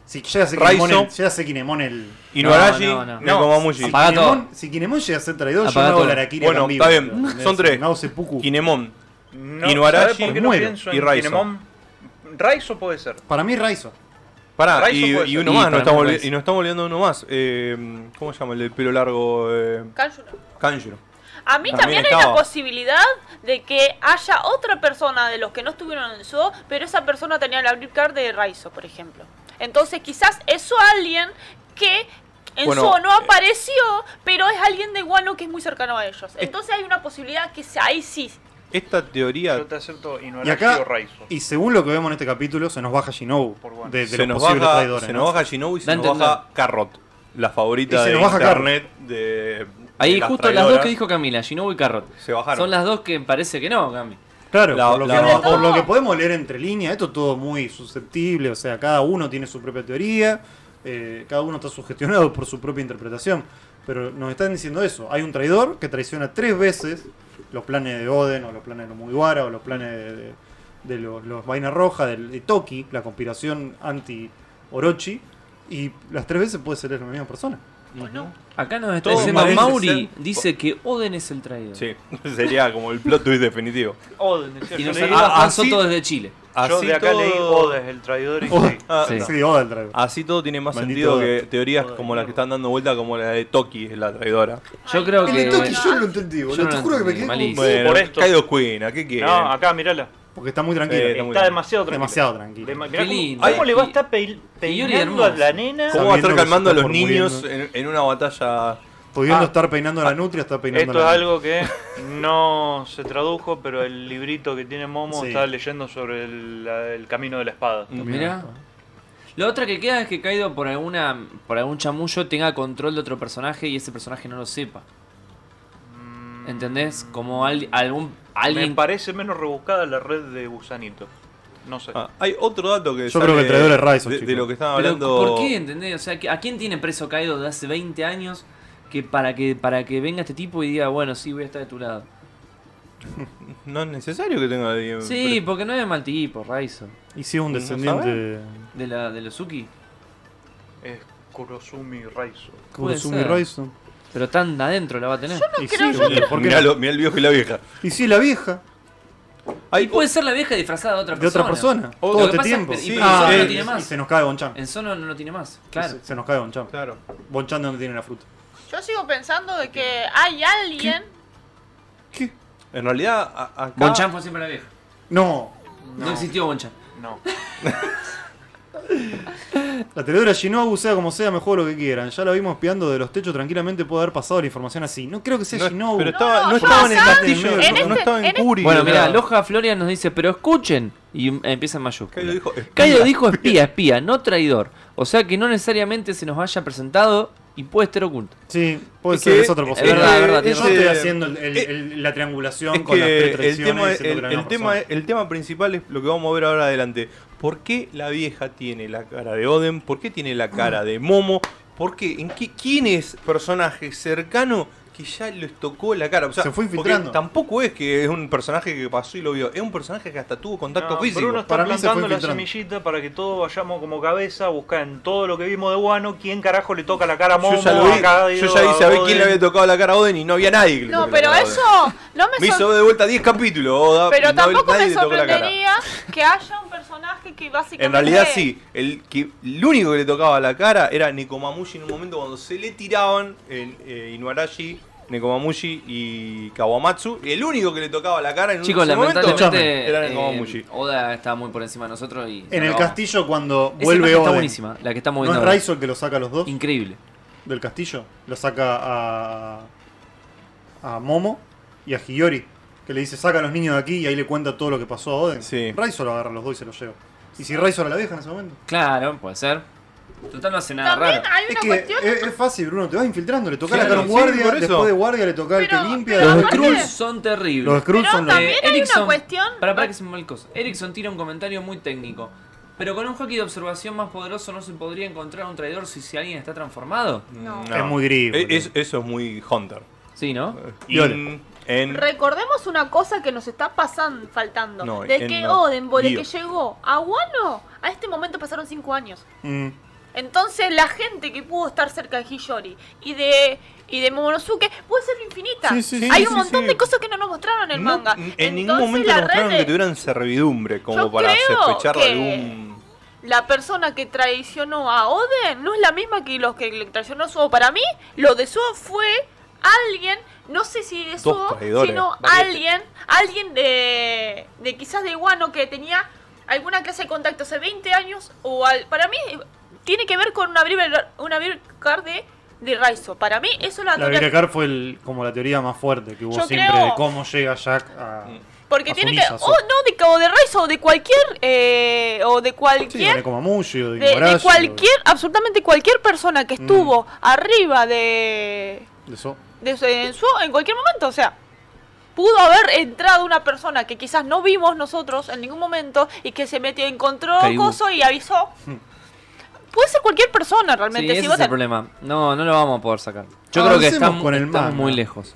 Si llega a ser Kinemon Raizo. el- llega a ser Kinemon el... Inuarashi, No, no, no. Nekomamushi. Apaga si Kinemon, todo. si Kinemon llega a ser traidor, Apaga yo me hago todo. la Arakiri Bueno, acá en vivo, está bien. boludo. ¿entendés? Son tres. Me hago seppuku. Kinemon. No, Inuarashi, ¿sabes por qué no muero. pienso Y en Raizo. Kinemon? Raizo puede ser. Para mí Raizo. Pará, Raizo y, puede y ser. uno Y más, para nos estamos, mí olvi- Raizo. y nos estamos olvidando de uno más. Eh, ¿Cómo se llama? El del pelo largo. Eh, Kanjuro. Kanjuro. A mí También también, hay la estaba. posibilidad de que haya otra persona de los que no estuvieron en Zoo, pero esa persona tenía la grip card de Raizo, por ejemplo. Entonces quizás eso alguien que en Bueno, Zoo no eh, apareció, pero es alguien de Guano que es muy cercano a ellos. Entonces hay una posibilidad que se- ahí sí. Esta teoría Yo te acepto Y Inuarashi o acá, Raizo. y según lo que vemos en este capítulo, se nos baja Shinobu Por bueno. de, de se los nos, posibles baja, traidores. se ¿no? nos baja Shinobu y Da se a nos baja entender. Carrot. La Y favorita se de nos baja internet de. Ahí de las justo las dos traidoras. que dijo Camila, Shinobu y Carrot. Se bajaron. Son las dos que parece que no, Cami. Claro, La- por, lo la- que, Sobre por todo- lo que podemos leer entre líneas, esto es todo muy susceptible, o sea, cada uno tiene su propia teoría, eh, cada uno está sugestionado por su propia interpretación, pero nos están diciendo eso, hay un traidor que traiciona tres veces los planes de Oden, o los planes de los Mugiwara, o los planes de, de- de los, los Vaina Roja, del- de, Toki, la conspiración anti-Orochi, y las tres veces puede ser la misma persona. Acá nos está Todo diciendo parece Mauri, ser- dice que Oden es el traidor. Sí, [LAUGHS] sería como el plot twist definitivo. Oden, decía, Y yo nos leí- saluda Ah, Juan así- Soto desde Chile. yo Así de acá todo- leí Oden, el traidor y Oh. sí. Ah, Sí. no. Sí, Oda el traidor. Así todo tiene más Maldito sentido que gato. teorías Joder, como las mierda. que están dando vuelta, como la de Toki, la traidora. Yo creo El que. de Toki yo no lo entendí, Yo boludo. no Te lo juro que me entendí, quedé malísimo. como- Bueno, por esto. Kaido Queen, ¿a qué quieren? No, acá, mírala. Porque está muy tranquilo. Eh, Está, muy bien. demasiado tranquila. Demasiado tranquila. Dema- Qué mirá cómo- lindo. ¿Cómo le va a Ay, estar peil- y Yuri peinando a la hermosa. nena? ¿Cómo va a Sabiendo estar que se calmando a está los niños muriendo. en, en una batalla? Pudiendo Ah. estar peinando a la nutria, está peinando Esto a es la algo [LAUGHS] que no se tradujo, pero el librito que tiene Momo Sí. está leyendo sobre el, la- el camino de la espada. Mirá. Lo otra que queda es que Kaido por alguna por algún chamullo tenga control de otro personaje y ese personaje no lo sepa. ¿Entendés? Como al- algún Mm, Me alguien parece menos rebuscada la red de gusanito. No sé. Ah, hay otro dato que Yo creo que el traidor es Raizo, de, chicos. de lo que estaban Pero, hablando. ¿Por qué? ¿Entendés? O sea, ¿a quién tiene preso Kaido de hace 20 años que para que para que venga este tipo y diga, bueno, sí, voy a estar de tu lado? No es necesario que tenga eh, alguien Sí, preso. porque no es mal tipo, Raizo. Y si es un No descendiente De la de los Uki. Es Kurosumi Raizo. Puede Kurosumi ser. Raizo. Pero tan adentro la va a tener. Y sí, creo, yo boludo, ¿por qué Mirá, no? lo- mirá el viejo y la vieja. Y sí, la vieja, Hay Y pues- puede ser la vieja disfrazada de otra de persona. otra persona. Lo Todo que este pasa es tiempo. que- y- Sí, pero en Sono eh, no tiene y más. se nos cae Bonchan. En Sono no lo tiene más, claro. Se, se nos cae Bonchan. Claro. Bonchan no tiene la fruta. Yo sigo pensando de que hay alguien. ¿Qué? En realidad, a- acá. Bonchan fue siempre la vieja. No. No, No. existió Bonchan. No. La televisora Shinobu, sea como sea, me juego lo que quieran. Ya la vimos espiando de los techos, tranquilamente puede haber pasado la información así. No creo que sea No, Shinobu. pero estaba, no, yo estaba en el acá, castillo, en no este- estaba en, en este- Curi. Bueno, o sea, mira, Loja Florian nos dice, pero escuchen. Y mm, empieza en mayúscula. Kaido dijo, "Espía". Kaido dijo espía, espía, no traidor. O sea que no necesariamente se nos haya presentado y puede estar oculto. Sí, puede Es ser, que- es otra es Es verdad, posibilidad. es verdad, Yo tiene estoy razón. haciendo el- el- el- la triangulación Es con las que tres el tema, traiciones. es- diciendo el, que era el una tema, persona. el tema principal es lo que vamos a ver ahora adelante. ¿Por qué la vieja tiene la cara de Oden? ¿Por qué tiene la cara de Momo? ¿Por qué? ¿En qué? ¿Quién es personaje cercano que ya les tocó la cara? O sea, Se fue porque infiltrando. Tampoco es que es un personaje que pasó y lo vio. Es un personaje que hasta tuvo contacto No, físico. Bruno está Para mí se fue plantando la infiltrando. semillita para que todos vayamos como cabeza a buscar en todo lo que vimos de Guano quién carajo le toca la cara a Momo. Yo ya lo a Kaido, vi. Yo ya hice a ver quién le había Oden. tocado la cara a Oden y no había nadie. que le No, toque la pero cara a Oden. eso no me Me hizo sorprende. de vuelta 10 capítulos, Oda. Pero y no- tampoco nadie me le tocó la cara. sorprendería que haya un personaje que básicamente. En realidad sí, el, que, el único que le tocaba la cara era Nekomamushi en un momento cuando se le tiraban el, eh, Inuarashi, Nekomamushi y Kawamatsu. El único que le tocaba la cara en un Chicos, ese momento lamentablemente era eh, Nekomamushi. Oda está muy por encima de nosotros y... En el no. castillo, cuando Esa vuelve imagen Oden. está buenísima, la que estamos ¿No viendo es ahora. Raizo el que lo saca a los dos Increíble. del castillo? Lo saca a. a Momo y a Hiyori. Que le dice, saca a los niños de aquí y ahí le cuenta todo lo que pasó a Oden. Sí. Raizo lo agarra a los dos y se los lleva. ¿Y si Raizo era la vieja en ese momento? Claro, puede ser. Total no hace nada También Ah, raro. hay Es una que eh, cuestión. es, es fácil, Bruno, te vas infiltrando, le tocás la Claro, cara a un sí, guardia, por eso. después de guardia le tocás al que Pero- limpia. pero Los después- aparte- Skrulls son terribles. Eh, Los Skrulls Pero son los... también- hay una cuestión- Para, para que se me va el coso. Erickson tira un comentario muy técnico. Pero con un hockey de observación más poderoso no se podría encontrar un traidor si, si alguien está transformado. mm, No. Es muy gris, Eh, boludo. es- eso es muy Hunter. Sí, ¿no? Viole. In- en- Recordemos una cosa que nos está pasando, faltando. No, de en que no. Oden, de Guío. que llegó a Wano, a este momento pasaron 5 años. Mm. Entonces la gente que pudo estar cerca de Hiyori y de y de Momonosuke puede ser infinita. Sí, sí, sí, Hay sí, un montón sí. de cosas que no nos mostraron en el no- manga. en ningún Entonces, momento la nos mostraron red que de- tuvieran servidumbre como Yo para creo sospechar de que- algún... la persona que traicionó a Oden no es la misma que los que le traicionó a Suo. Para mí, lo de Suo fue alguien, no sé si de Suo, traidores, sino variete. alguien, alguien de, de quizás de Guano que tenía alguna clase de contacto hace 20 años o al, para mí tiene que ver con una Bibel- una Bibel card de, de Raizo. Para mí eso es la, La teoría- Virecar fue el- como la teoría más fuerte que hubo Yo siempre creo- de cómo llega Jack a. porque a tiene que Sunisa, o Suo. no de o de Raizo o de cualquier eh, o de Sí, cualquier o de Komamushi, o de, de, de Igarashi, o de- cualquier, absolutamente cualquier persona que estuvo arriba de, de eso. de su- en, su- en cualquier momento, o sea, pudo haber entrado una persona que quizás no vimos nosotros en ningún momento y que se metió, encontró Caribú. coso y avisó. Puede ser cualquier persona Sí, realmente. si ese vos es el te- problema. No, no lo vamos a poder sacar. Yo creo que Avancemos estamos, con el estamos manga. muy lejos.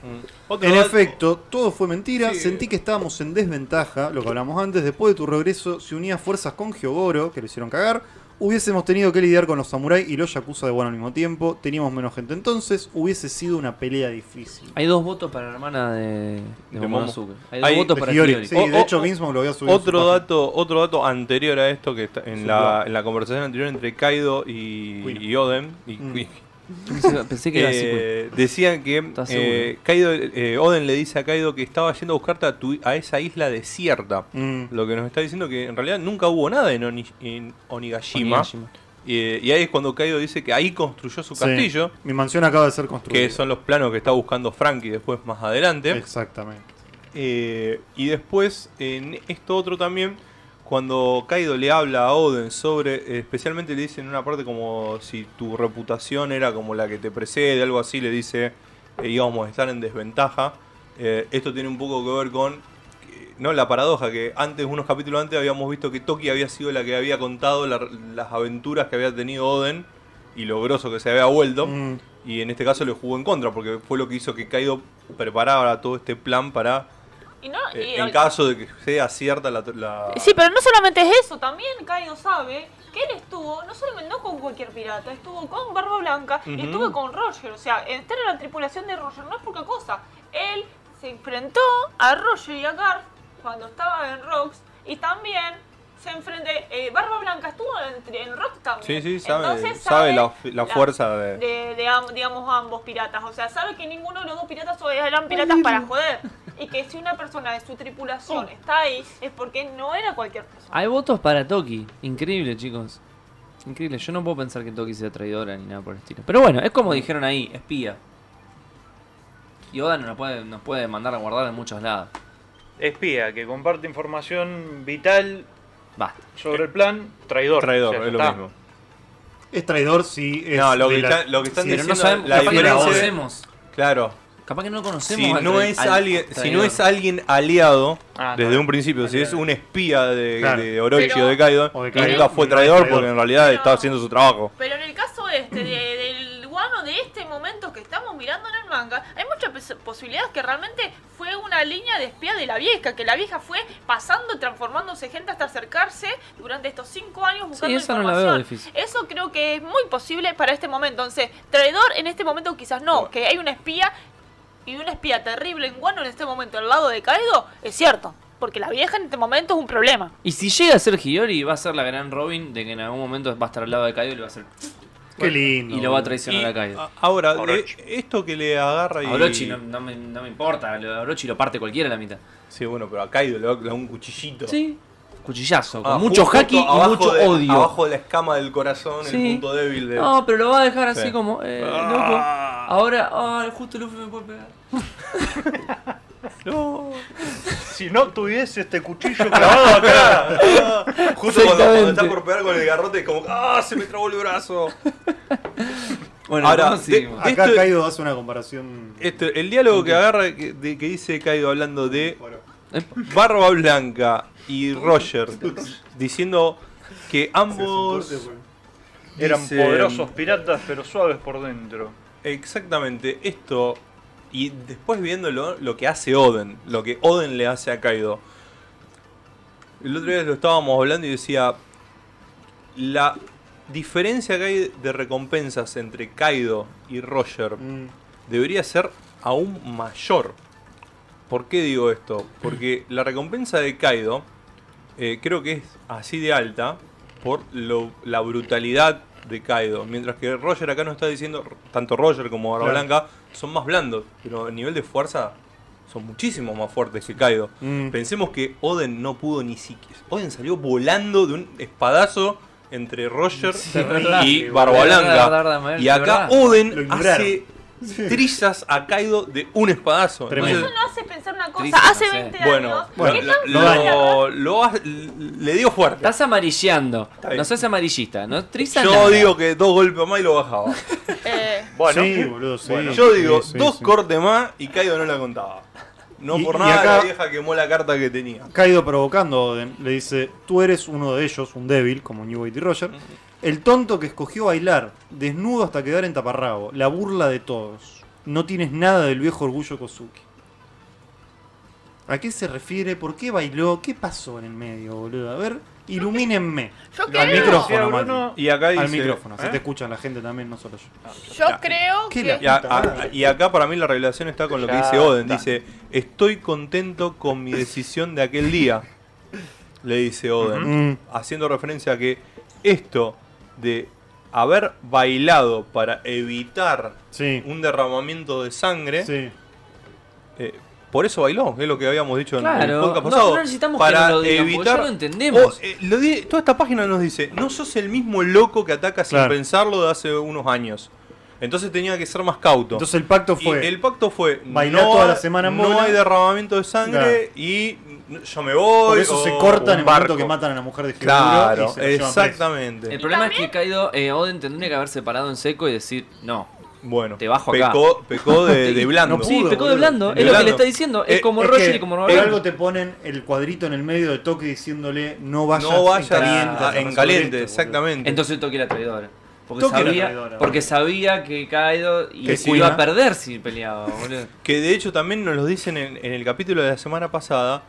Otro En dato- efecto, todo fue mentira. Sí. Sentí que estábamos en desventaja, lo que hablamos antes. Después de tu regreso, se unía fuerzas con Giogoro, que lo hicieron cagar. Hubiésemos tenido que lidiar con los samuráis y los yakuza de bueno al mismo tiempo. Teníamos menos gente entonces. Hubiese sido una pelea difícil. Hay dos votos para la hermana de, de De Momonosuke. Momo. Hay dos Hay- votos De para Hiyori. Hiyori. Sí, O- de o- hecho o- Ginsman lo había subido. en su Otro página. dato, otro dato anterior a esto que está Sí, en, la, claro. en la conversación anterior entre Kaido y, Queen. y Oden, y Mm. Queen, Pensé que era así. pues. eh, decían que ¿Estás eh, Kaido, eh, Oden le dice a Kaido que estaba yendo a buscarte a, tu- a esa isla desierta. Mm. Lo que nos está diciendo que en realidad nunca hubo nada en, Oni- en Onigashima. Onigashima. Eh, y ahí es cuando Kaido dice que ahí construyó su Sí. castillo, Mi mansión acaba de ser construida. que son los planos que está buscando Frankie después más adelante. Exactamente. Eh, y después, en esto otro también, cuando Kaido le habla a Oden sobre, eh, especialmente le dice en una parte como si tu reputación era como la que te precede, algo así, le dice, eh, íbamos a estar en desventaja. Eh, esto tiene un poco que ver con, eh, no, la paradoja, que antes, unos capítulos antes, habíamos visto que Toki había sido la que había contado la- las aventuras que había tenido Oden y lo groso que se había vuelto. Mm. Y en este caso le jugó en contra, porque fue lo que hizo que Kaido preparara todo este plan para, Y no, eh, y- en caso de que sea cierta la... la- Sí, pero no solamente es eso, también Kaido sabe que él estuvo, no solamente no con cualquier pirata, estuvo con Barba Blanca y Ujú. estuvo con Roger. O sea, estar en la tripulación de Roger no es poca cosa. Él se enfrentó a Roger y a Garth cuando estaba en Rocks y también se enfrentó. eh, Barba Blanca estuvo en, en Rocks Sí, también. sí, sabe, Entonces sabe la, la fuerza de... de, de am- digamos, ambos piratas. O sea, sabe que ninguno de los dos piratas o- eran piratas para joder. Y que si una persona de su tripulación está ahí, es porque no era cualquier persona. Hay votos para Toki. Increíble, chicos. Increíble. Yo no puedo pensar que Toki sea traidora ni nada por el estilo. Pero bueno, es como dijeron ahí, espía. Y Oda nos puede, nos puede mandar a guardar en muchos lados. Espía, que comparte información vital Basta. sobre el plan, traidor. Traidor, O sea, ya es lo está. mismo. Es traidor si es. No, lo que, de la- está- lo que están sí, Pero diciendo... no sabemos, la capaz que no lo diferencia- conocemos. Claro. Capaz que no conocemos Si al no, trai- es al alguien, si no traidor. es alguien aliado Ah, no. desde un principio, si es un espía de, Claro. de Orochi Pero- o de Kaido, O de que Kaido. nunca No fue es traidor traidor. porque en realidad Pero- estaba haciendo su trabajo. Pero en el [CLEARS THROAT] caso este, de- del guano de este momento que estamos mirando en el manga, hay muchas pos- posibilidades que realmente fue una línea de espía de la vieja, que la vieja fue pasando, transformándose gente hasta acercarse durante estos cinco años buscando esa no la información. veo difícil. Eso creo que es muy posible para este momento. Entonces, traidor en este momento quizás no, que hay una espía y una espía terrible en guano en este momento al lado de Kaido, es cierto. Porque la vieja en este momento es un problema. Y si llega a ser Hiyori, va a ser la gran Robin de que en algún momento va a estar al lado de Kaido y le va a hacer. Qué lindo. Y lo va a boludo. traicionar a Kaido. a- ahora, de- Orochi. esto que le agarra ah, y... A Orochi no, no me, no me importa, lo- a Orochi lo parte cualquiera a la mitad. Sí, bueno, pero a Kaido le va a clavar un cuchillito. Sí. Cuchillazo, con Ah, mucho justo haki y abajo mucho de- odio. Abajo de la escama del corazón, Sí. el punto débil de. No, pero lo va a dejar así Sí. como, eh, loco. Ah. Ahora, ah, justo Luffy me puede pegar. [LAUGHS] No. Si no tuviese este cuchillo clavado [LAUGHS] acá. Ah, Justo cuando, Exactamente. cuando está por pegar con el garrote, es como, ¡ah! Se me trabó el brazo. Bueno, Ahora, ¿cómo de- seguimos? Acá Esto- Kaido hace una comparación. Esto, Este, el diálogo que agarra, que, de- que dice Kaido hablando de Bueno, Barba Blanca y Roger, diciendo que ambos. se hace un corte, Eran dicen- poderosos piratas, pero suaves por dentro. Exactamente, esto. Y después viéndolo, lo que hace Oden, lo que Oden le hace a Kaido. El otro día lo estábamos hablando y decía. La diferencia que hay de recompensas entre Kaido y Roger porque- Mm. debería ser aún mayor. ¿Por qué digo esto? Porque [CLEARS THROAT] la recompensa de Kaido eh, creo que es así de alta por lo- la brutalidad de Kaido. Mientras que Roger acá no está diciendo, tanto Roger como Barba Claro. Blanca son más blandos, pero a nivel de fuerza son muchísimo más fuertes que Kaido. Mm. Pensemos que Oden no pudo ni siquiera. Oden salió volando de un espadazo entre Roger Sí, es verdad. y Sí, Barba verdad, verdad, Blanca. verdad, Mael, Y de acá verdad. Lo Oden ignoraron. hace trizas a Kaido de un espadazo. Tremendo. Entonces, Eso no hace pensar una cosa Triste, hace no sé. 20 bueno, años. que bueno, tan lo- fea la lo- lo ha- le dio fuerte. Estás amarilleando. bien. No seas amarillista, ¿no? Triza Yo nada. digo que dos golpes más y lo bajaba. Eh, Bueno, Sí, boludo, sí. Bueno, yo Sí, digo sí, dos sí. cortes más y Kaido no la contaba. No Y- por y nada acá- la vieja quemó la carta que tenía. Kaido provocando a Oden le dice: Tú eres uno de ellos, un débil, como New Way y Roger. El tonto que escogió bailar, desnudo hasta quedar en taparrabo, la burla de todos. No tienes nada del viejo orgullo Kozuki. ¿A qué se refiere? ¿Por qué bailó? ¿Qué pasó en el medio, boludo? A ver, Ilumínenme. Yo Al creo, micrófono, Sí, Mati. Bruno. Y acá dice. Al micrófono. Así ¿Eh? te escuchan la gente también, no solo yo. yo creo ¿Qué que... la- Y, a- a- y acá para mí la revelación está con lo que Ya dice Oden. está. Dice, estoy contento con mi decisión de aquel día. Le dice Oden. Ujú. Haciendo referencia a que esto de haber bailado para evitar Sí. un derramamiento de sangre, Sí. eh, por eso bailó, es lo que habíamos dicho en- en el Claro, podcast no, pasado. no necesitamos que para nos lo digan, porque evitar... ya lo entendemos. Oh, eh, lo di- Toda esta página nos dice, no sos el mismo loco que ataca sin Claro. pensarlo de hace unos años. Entonces tenía que ser más cauto. Entonces el pacto fue. Y el pacto fue Bailá no, toda hay- la semana en no bola. hay derramamiento de sangre y yo me voy. Por eso o se corta en el un barco. momento que matan a la mujer de Geoduro y Claro, se la llevan presa. El exactamente. problema es que Kaido, eh, Oden tendría que haberse parado en seco y decir, no. Bueno, Te bajo acá. pecó, [LAUGHS] pecó de, de blando. No pudo, sí, pecó de boludo. blando, De es lo que blando. le está diciendo. Eh, es como Es Roger que y como por Robert. algo te ponen el cuadrito en el medio del toque diciéndole no vayas, no vayas en caliente. a a- en resolver caliente, esto, boludo. exactamente. Entonces Toki era traidora. Porque, Toki era sabía, traidora, porque boludo. sabía que Kaido y Que se iba Kuina. a perder si peleaba, boludo. que de hecho también nos lo dicen en, en el capítulo de la semana pasada,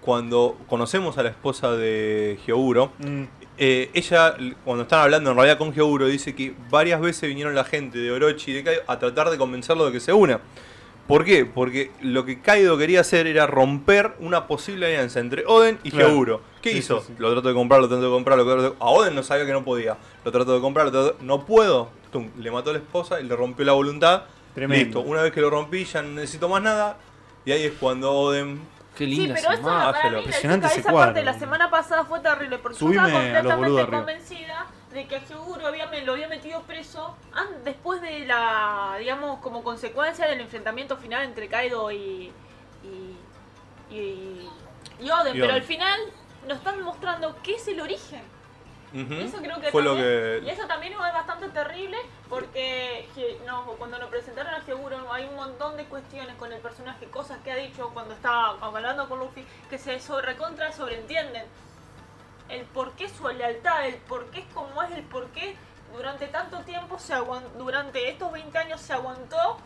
cuando conocemos a la esposa de Geoguro. Mm, Eh, ella, l- cuando están hablando en realidad con Geoguro, dice que varias veces vinieron la gente de Orochi y de Kaido a tratar de convencerlo de que se una. ¿Por qué? Porque lo que Kaido quería hacer era romper una posible alianza entre Oden y Claro. Geoguro. ¿Qué Sí, hizo? sí, sí. Lo trato de comprar, lo trato de comprar, lo trato de... A Oden no sabía que no podía. Lo trato de comprar, lo trato de- No puedo. Tum, le mató a la esposa y le rompió la voluntad. Tremendo. Listo, una vez que lo rompí ya no necesito más nada. Y ahí es cuando Oden... Qué Sí, linda pero eso semana. imagen, para lo mí, la impresionante chica, ese esa cuadro, parte de la boludo. semana pasada fue terrible porque Subime yo a los estaba boludos completamente arriba. convencida de que Hyoguro había, me- lo había metido preso an- después de la, digamos, como consecuencia del enfrentamiento final entre Kaido y, y, y, y Oden, Y pero Oden. al final nos están mostrando qué es el origen. Ujú. Y Eso creo que Fue también- lo Y que... eso también es bastante terrible porque je- no, cuando nos presentaron a Seguro hay un montón de cuestiones con el personaje, cosas que ha dicho cuando estaba hablando con Luffy que se sobre, recontra sobreentienden. El por qué su lealtad, el por qué es como es, el por qué durante tanto tiempo, se aguan- durante estos 20 años se aguantó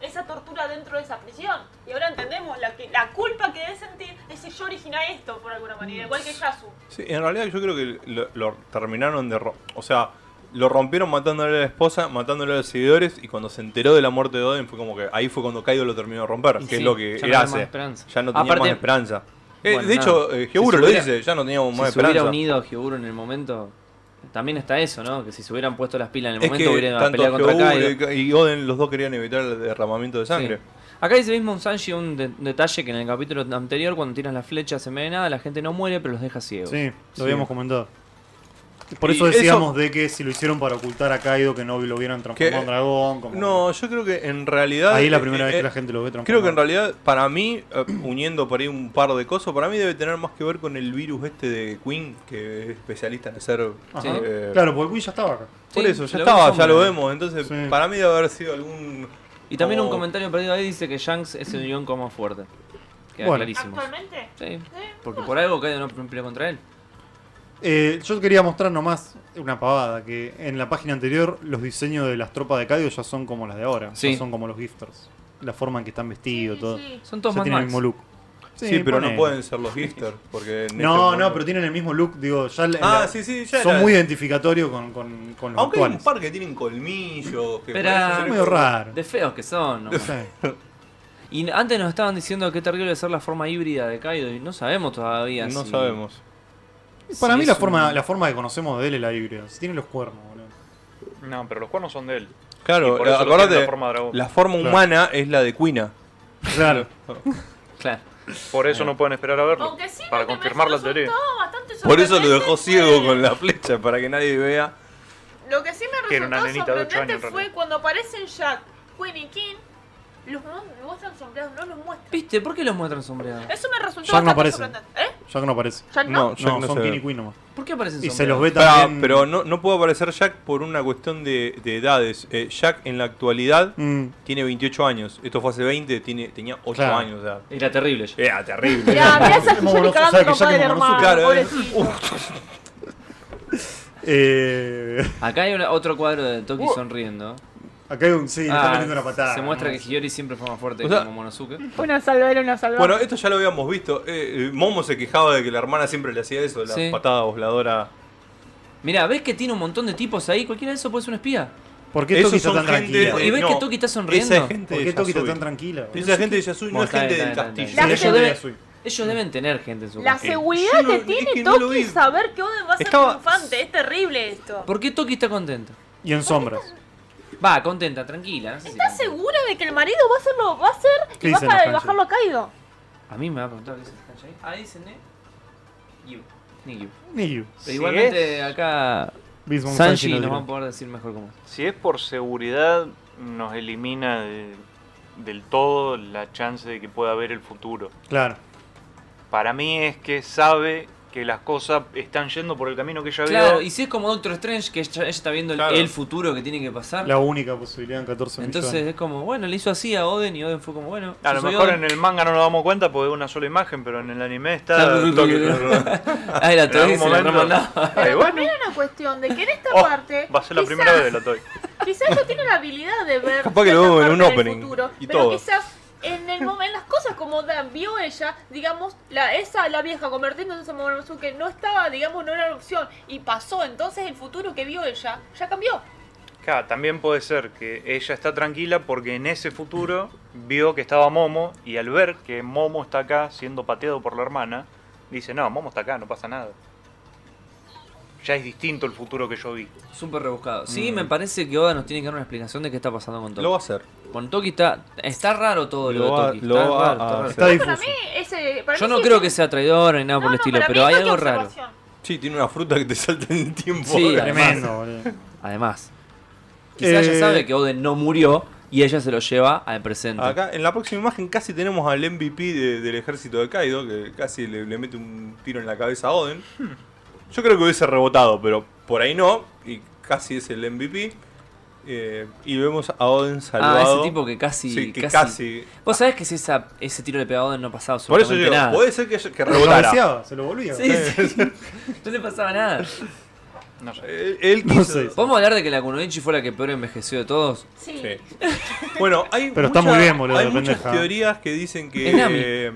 esa tortura dentro de esa prisión. Y ahora entendemos la, que, la culpa que debe sentir es si yo originé esto por alguna manera, igual que Yasu. Sí, en realidad yo creo que lo, lo terminaron de... ro- O sea, lo rompieron matándole a la esposa, matándole a los seguidores y cuando se enteró de la muerte de Oden fue como que ahí fue cuando Kaido lo terminó de romper, que Sí, es lo ya que no él había hace. más esperanza. Ya no tenía Aparte- más esperanza. Eh, Bueno, de nada. hecho, eh, Hyoguro Si se lo hubiera- dice, ya no teníamos Si más se hubiera esperanza. unido a Hyoguro en el momento, también está eso, ¿no? Que si se hubieran puesto las pilas en el Es momento que hubiera tanto peleado contra Kaido. Hyoguro y y Oden, los dos querían evitar el derramamiento de sangre. Sí. Acá dice mismo un Sanji un de- detalle que en el capítulo anterior, cuando tiran las flechas en medio de nada, la gente no muere, pero los deja ciegos. Sí, lo Sí. habíamos comentado. Por Y eso eso- decíamos de que si lo hicieron para ocultar a Kaido, que no lo hubieran transformado Que- en dragón. Como No, yo creo que en realidad... Ahí es la eh, primera vez eh, que la gente lo ve transformado. Creo que en realidad, para mí, eh, uniendo por ahí un par de cosas, para mí debe tener más que ver con el virus este de Queen, que es especialista en hacer. Ajá. eh, Claro, porque Queen ya estaba acá. Por Sí, eso, ya lo estaba, vemos, ya lo hombre. vemos. Entonces, Sí. para mí debe haber sido algún. Y también un como- comentario perdido ahí dice que Shanks es el único más fuerte. Queda Bueno. clarísimo. Actualmente. Sí, eh, porque por algo Kaido no peleó contra él. Eh, yo quería mostrar nomás una pavada, que en la página anterior los diseños de las tropas de Kaido ya son como las de ahora, Sí. ya son como los gifters. La forma en que están vestidos, Sí, todo. sí. Son todos ya más tienen el Max. mismo look. Sí, pero no ponele. pueden ser los gifters. Porque en este No, momento- no, pero tienen el mismo look, digo, ya en Ah, la- sí, sí, ya son era- muy identificatorios con, con, con los Aunque hay un actuales. par que tienen colmillos. Que Pero- parecen Es ser- medio raro. De feos que son. ¿no? Sí. [LAUGHS] Y antes nos estaban diciendo que terrible ser la forma híbrida de Kaido y no sabemos todavía. No si- sabemos. Para si mí es la forma, un- la forma que conocemos de él es la híbrida. Si tiene los cuernos, boludo. No, pero los cuernos son de él. Claro, Y por eso lo acordate, tienen la forma dragón. la forma Claro. humana es la de Quina. Claro. Claro. Por eso no pueden esperar a verlo. Aunque sí, para no te confirmar la mereces, teoría. resultó bastante Por eso lo sorprendente dejó fue- ciego con la flecha, para que nadie vea. Lo que sí me resultó Que era una nenita de ocho sorprendente años, en fue realidad. cuando aparecen Jack, Queen y King, los mu- muestran sombreados, no los muestran. ¿Viste? ¿Por qué los muestran sombreados? Eso me resultó Jack no bastante aparece. sorprendente. ¿Eh? Jack no aparece. ¿Jack no? No, Jack No, no son se ve. King y Queen nomás. ¿Por qué aparecen Y sombreados? se los ve Pará, también. pero no, no puede aparecer Jack por una cuestión de, de edades. Eh, Jack en la actualidad Mm. tiene 28 años. Esto fue hace 20, tiene, tenía 8 Claro. años. O sea, Era terrible. ya. era [LAUGHS] terrible. Mirá, mirá esa Momonosuke, Yuri ¿sabes que cagando Jack con padre es Momonosuke? hermano, Claro, pobrecito. [LAUGHS] Eh, Uh. Acá hay una- otro cuadro de Toki sonriendo. [LAUGHS] Acá hay un. Sí, le está Ah, metiendo una patada. se muestra ¿no? que Hiyori siempre fue más fuerte O sea- como Monosuke. Una salvera, una salvera. Bueno, esto ya lo habíamos visto. Eh, eh, Momo se quejaba de que la hermana siempre le hacía eso, la Sí. patada voladora. Mirá, ¿ves que tiene un montón de tipos ahí? Cualquiera de esos puede ser un espía. ¿Por qué Toki Esos está son tan gente- tranquila? Y ves no, que Toki está sonriendo. esa es gente ¿Por de qué Toki está Yasui. tan tranquila? Esa gente de Yasui no Bueno, es está gente bien, del está bien, está bien. castillo. La Sí, ellos, ella gente- de deben, Yasui. ellos deben tener gente en su La casa. seguridad yo no- que es tiene que no lo Toki vi. es saber que Oden va a ser Estaba- triunfante. Es terrible esto. ¿Por qué Toki está contenta? Y en sombras. Va, contenta, tranquila. No sé si ¿Estás contenta. segura de que el marido va a hacerlo, va a hacer ¿Qué y va dicen los a kanji? bajarlo a Kaido? A mí me va a preguntar qué es el kanji ahí. Ah, dicen eh. Yu. Ni Yu. Ni you. Pero Si igualmente es- acá Beast Mode Sanji Sanji no nos va dirá. a poder decir mejor cómo es. Si es por seguridad, nos elimina de- del todo la chance de que pueda ver el futuro. Claro. Para mí es que sabe que las cosas están yendo por el camino que ella Claro, y vio. si es como Doctor Strange, que ella, ella está viendo el- Claro. el, futuro que tiene que pasar, La única posibilidad en 14 entonces millones. es como, bueno, le hizo así a Oden y Oden fue como, bueno. A yo lo soy mejor Oden. en el manga no nos damos cuenta porque es una sola imagen, pero en el anime está... Está- [LAUGHS] Ah, era todo algún y se la momento- [LAUGHS] remandaba. Eh, Pero bueno. también hay una cuestión de que en esta Oh, parte. va a ser la quizás- primera vez que la toy. Quizás no tiene la habilidad de ver. Capaz que lo vemos ciertas en un partes del opening futuro, y pero todo. quizás en, el, mom- en las cosas como Dan vio ella, digamos, la, esa, la vieja convirtiéndose en Momonosuke no estaba, digamos, no era una opción. Y pasó, entonces el futuro que vio ella ya cambió. Claro, también puede ser que ella está tranquila porque en ese futuro vio que estaba Momo y al ver que Momo está acá siendo pateado por la hermana, dice, no, Momo está acá, no pasa nada. Ya es distinto el futuro que yo vi. Súper rebuscado. Sí, me parece que Oda nos tiene que dar una explicación de qué está pasando con Toki. Mm. Lo va a hacer. Con Toki está, está raro todo lo, Lo de va- Toki. lo está va raro, a está raro. hacer. Está Para mí, difuso. ese. para Yo mí no sí creo es- que sea traidor ni nada Ah, No, por el no, estilo, para mí pero hay es algo cualquier raro. observación. Sí, tiene una fruta que te salta en el tiempo. Sí, [LAUGHS] ahora. además. Tremendo, boludo. Además, quizás Eh, ella sabe que Oden no murió y ella se lo lleva al presente. Ah, Acá en la próxima imagen casi tenemos al MVP de- del ejército de Kaido, que casi le, le mete un tiro en la cabeza a Oden. Hmm. Yo creo que hubiese rebotado, pero por ahí no, y casi es el MVP. Eh, y vemos a Oden ah, salvado. ese tipo que casi. Sí, que casi- Vos sabés que si esa, ese tiro le pegaba a Oden no pasaba Por eso absolutamente digo, nada. puede ser que, que Lo rebotara. cabeceaba, se lo volvía. Sí, sí. [LAUGHS] no le pasaba nada. No sé. Él, Eh, él No quiso- sé. ¿Podemos hablar de que la Kunoichi fue la que peor envejeció de todos? Sí. Sí. Bueno, hay Pero está mucha- muy bien, boludo, Hay la muchas pendeja. teorías que dicen que. Es Nami. eh,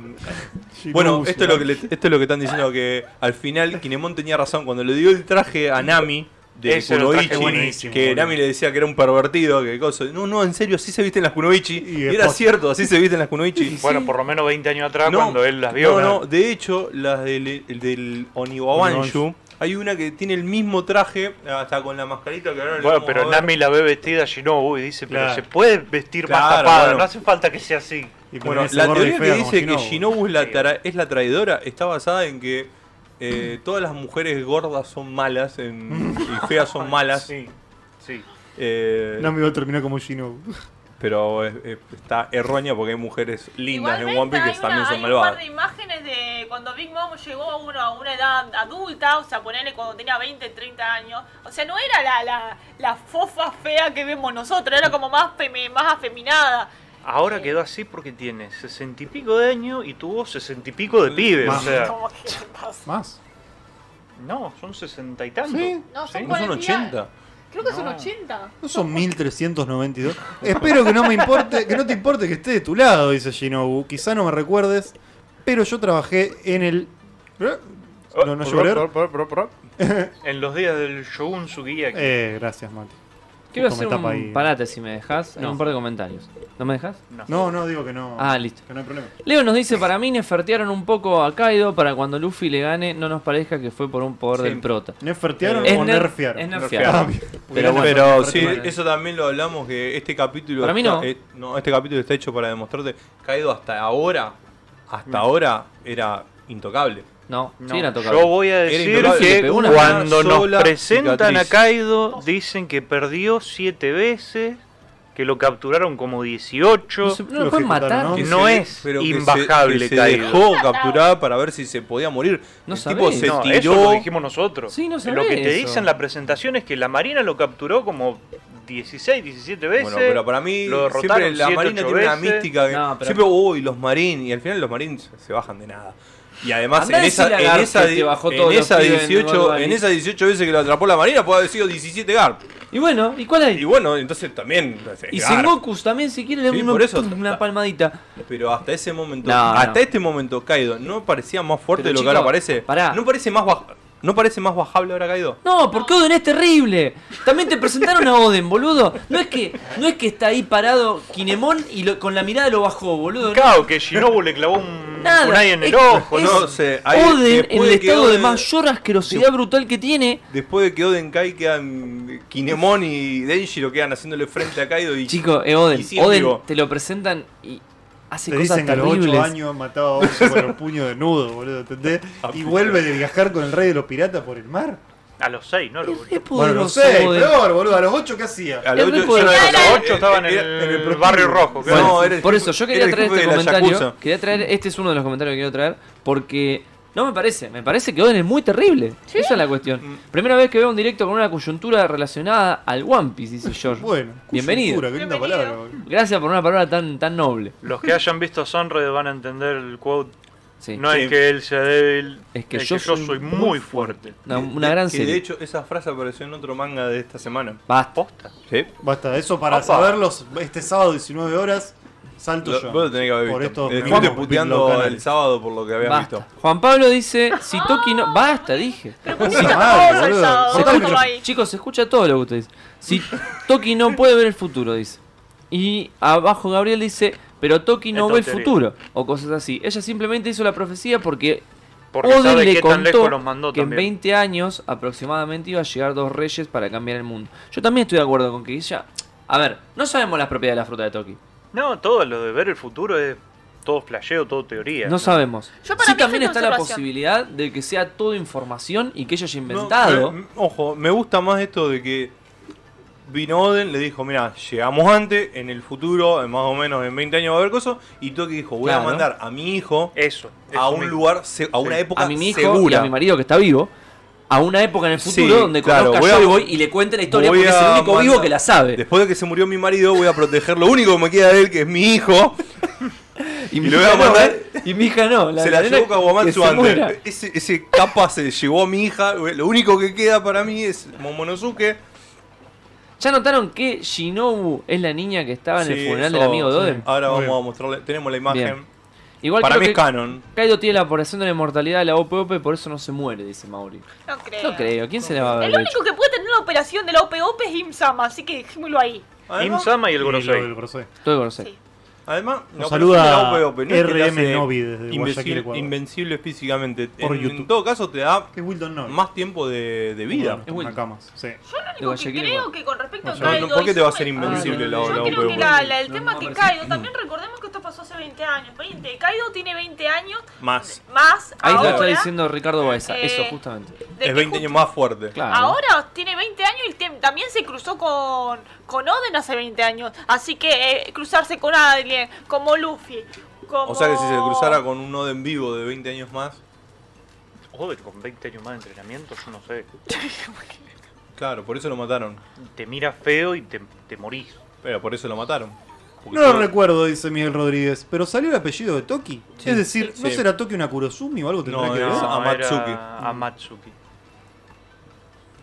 bueno, esto es, lo que le- esto es lo que están diciendo: que al final Kinemon tenía razón. Cuando le dio el traje a Nami de Ese era el traje Kunoichi, buenísimo, que boludo. Nami le decía que era un pervertido, que cosa. No, no, en serio, así se visten las Kunoichi. Y Y, era después- cierto, así se visten las Kunoichi. [LAUGHS] Bueno, por lo menos 20 años atrás cuando él las vio. No, no, de hecho, las del, el del Oniwabanshu, Oniwabanshu. hay una que tiene el mismo traje, hasta con la mascarita que ahora le Bueno, vamos a pero ver. Nami la ve vestida Shinobu y dice, pero Claro. se puede vestir más Claro, tapada, bueno. no hace falta que sea así. Bueno, la teoría que dice que Shinobu es la, tara- es la traidora está basada en que eh, todas las mujeres gordas son malas en- y feas son malas. Sí, sí. eh, No me iba a terminar como Shinobu. Pero es- es- está errónea porque hay mujeres lindas Igualmente en One Piece hay que también una- son Hay un par malvadas. de imágenes de cuando Big Mom llegó a una, a una edad adulta, o sea, ponerle cuando tenía 20, 30 años. O sea, no era la, la, la fofa fea que vemos nosotros, era como más, feme- más afeminada. Ahora quedó así porque tiene sesenta y pico de años y tuvo sesenta y pico de pibe. O Más. sea, Como que le pasa. Más. no, son sesenta y tantos. Sí. No, son ¿No son 40 y algo. 80? Creo que son No. 80. No son 1392. Espero que no me importe, que no te importe que esté de tu lado, dice Shinobu. Quizá no me recuerdes, pero yo trabajé en el. ¿Eh? No, Oh, no llevo a leer. En los días del Shogun Sugiyaki. Eh, gracias, Mati. Quiero Justo hacer me un tapa ahí. parate si me dejas. Hay No. un par de comentarios. ¿No me dejas? no. No, no, digo que no. Ah, listo. Que no hay problema. Leo nos dice, para mí nefertearon un poco a Kaido para cuando Luffy le gane no nos parezca que fue por un poder Sí. del prota. ¿Nerfertearon Es o ner- nerfearon? Eh, es Ah, nerfeado. nerfeado. Pero, Pero bueno, sí, bueno. eso también lo hablamos que este capítulo Para mí está- no. eh, no, este capítulo está hecho para demostrarte Kaido hasta ahora, hasta ahora era intocable. No, No. sí era tocado. Yo voy a Era decir intocable. Le que pegó una cuando nos sola presentan a cicatriz. Kaido, dicen que perdió siete veces, que lo capturaron como 18. No, No, se- no lo lo pueden ejecutaron, matar. ¿no? Que No se- es pero que se- imbajable, que se, Kaido. dejó capturada para ver si se podía morir. No el sabés. tipo se No, tiró. eso lo dijimos nosotros. Sí, no sabés lo que te eso. dicen en la presentación es que la Marina lo capturó como 16, 17 veces. Bueno, pero para mí lo derrotaron siempre la siete, Marina ocho tiene una veces. mística. que- No, pero- Siempre, uy, los Marines. Y al final los Marines se- se bajan de nada. Y además, Andá en a esa, decirle a en, Garp esa, que di- te bajó en todos los esa pibes en 18, Golden en Gate. esas 18 veces que lo atrapó la Marina, puede haber sido 17 Garp. Y bueno, ¿y cuál Y hay? bueno, entonces también. Y garpa. Sengoku también, si quiere, le Sí, una, por eso. una palmadita. Pero hasta ese momento, No, hasta no. este momento, Kaido no parecía más fuerte Pero, de lo chico, que ahora parece. pará. No parece más baj- no parece más bajable ahora Kaido. No, porque Oden es terrible. También te presentaron a Oden, boludo. No es que, no es que está ahí parado Kinemon y lo- con la mirada lo bajó, boludo. No. Claro, que Shinobu le clavó un Nada, kunai en el es- ojo. es- no sé, ahí- Oden, en después el de que estado de Oden- mayor asquerosidad brutal que tiene, Después de que Oden Kai quedan Kinemon y Denjiro quedan haciéndole frente a Kaido y Chico, eh, Oden, Y sí, Oden digo. te lo presentan y hace Te cosas dicen que a los 8 terribles. años mataba a Oso con los puños de nudo, boludo, ¿entendés? Ah, Y vuelve de viajar con el rey de los piratas por el mar. A los seis, ¿no? Lo- Es Bueno, no poderoso, Ah. sé, Oden. peor, boludo, a los 8 ¿qué hacía? a Es re ocho- poderoso. yo no- A los ocho eh, estaba en era- el, era propio. barrio rojo. Bueno, claro. no, era el Por jefe- eso, yo era quería el traer jefe este de la comentario. Yakuza. Quería traer, este es uno de los comentarios que quiero traer, porque no me parece, me parece que Oden es muy terrible. Esa es la Mm. cuestión. Primera vez que veo un directo con una coyuntura relacionada al One Piece, [LAUGHS] dice George. Bueno, Bienvenido. coyuntura, qué linda Bienvenido. palabra, boludo. Gracias por una palabra tan, tan noble. Los que hayan visto Sunred van a entender el quote. Sí. No es que él sea débil, Es que yo soy muy muy fuerte. Una, Que- una gran que serie. De hecho, esa frase apareció en otro manga de esta semana. Basta. ¿Posta? Sí. Basta, eso para Opa. saberlos este sábado 19 horas, salto Lo, yo. vos lo tenés que haber Por visto. esto Eh, me Estuviste vamos, los puteando canales. el sábado por lo que habías Basta. visto. Juan Pablo dice, si Toki no... Basta, dije. Pero ¿por qué Puta tanta madre, cosa el boludo. sábado? Se Cortame escucha- Déjalo ahí. chicos, se escucha todo lo que ustedes dicen. Si Toki no puede ver el futuro, dice. Y abajo Gabriel dice, pero Toki no Esto ve el es teoría. futuro. O cosas así. Ella simplemente hizo la profecía porque, Porque Oden sabe le qué tan contó lejos los mandó que en también. 20 años aproximadamente iba a llegar dos reyes para cambiar el mundo. Yo también estoy de acuerdo con que ella... A ver, no sabemos las propiedades de la fruta de Toki. No, todo lo de ver el futuro es todo flasheo, todo teoría. No sabemos. Yo para sí mí también fue está la conservación. posibilidad de que sea todo información y que ella haya No, inventado. me- ojo, me gusta más esto de que vino Oden, le dijo, mira, llegamos antes, en el futuro, en más o menos en 20 años va a haber cosas, y Toki dijo, voy Claro. a mandar a mi hijo Eso. a Eh, eso un mismo. lugar, se- a una Sí. época a mi hijo y segura. a mi marido que está vivo a una época en el futuro Sí, donde claro, conozca voy a- yo y voy y le cuente la historia voy porque es el a único vivo mandar- que la sabe. Después de que se murió mi marido, voy a proteger lo único que me queda de él, que es mi hijo. Y, le voy a hija no, mandar- ¿eh? y mi hija no. se la nena llevó que Kawamatsu se muera. antes. Ese, ese capa se llevó a mi hija. Lo único que queda para mí es Momonosuke. ¿Ya notaron que Shinobu es la niña que estaba en el Sí, funeral eso, del amigo de Oden? Ahora Muy vamos bien. a mostrarle. Tenemos la imagen. Bien. Igual para creo mí es que canon. Kaido tiene la operación de la inmortalidad de la OPOP, por eso no se muere, dice Mauri. No creo. No creo, ¿quién se la va a ver? Eh, El único que puede tener la operación de la OPOP es Imsama, así que dejémoslo ahí. Im-sama y Y el lo Gorosei. del Gorosei. Todo conocer. Sí. Además, Nos la saluda operación de la OPOP, no es que te RM hace Novi desde Guayaquil, invencible, Ecuador. invencible físicamente. Por en, en YouTube. todo caso, te da Que es Wilton Novi. más tiempo de, de vida. Bueno, Es Wilton. Nakamas, sí. De Lo único que Guayaquil, creo igual. que con respecto a No, Kaido. no, ¿por qué y te va a su ser men- invencible Ah, la no, la no, Yo pero creo que OPOP? la, la- el No, tema no que me parece. Kaido, también recordemos que esto pasó hace 20 años. 20, Kaido tiene 20 años Más. más Ahí lo ahora. está diciendo Ricardo Baeza, Eh, eso justamente. de Es que 20 justo- años más fuerte. Claro. Ahora tiene 20 años y tem- también se cruzó con, con Oden hace 20 años. Así que eh, cruzarse con alguien como Luffy. Como... O sea que si se cruzara con un Oden vivo de 20 años más. Joder, con 20 años más de entrenamiento, yo no sé. Claro, por eso lo mataron. Te mira feo y te, te morís. Pero por eso lo mataron. Porque No lo todo- recuerdo, dice Miguel Rodríguez, pero salió el apellido de Toki. Sí. es decir, ¿no Sí. será Toki una Kurosumi o algo tendrá No, que es- ver? a Matsuki. era A Matsuki.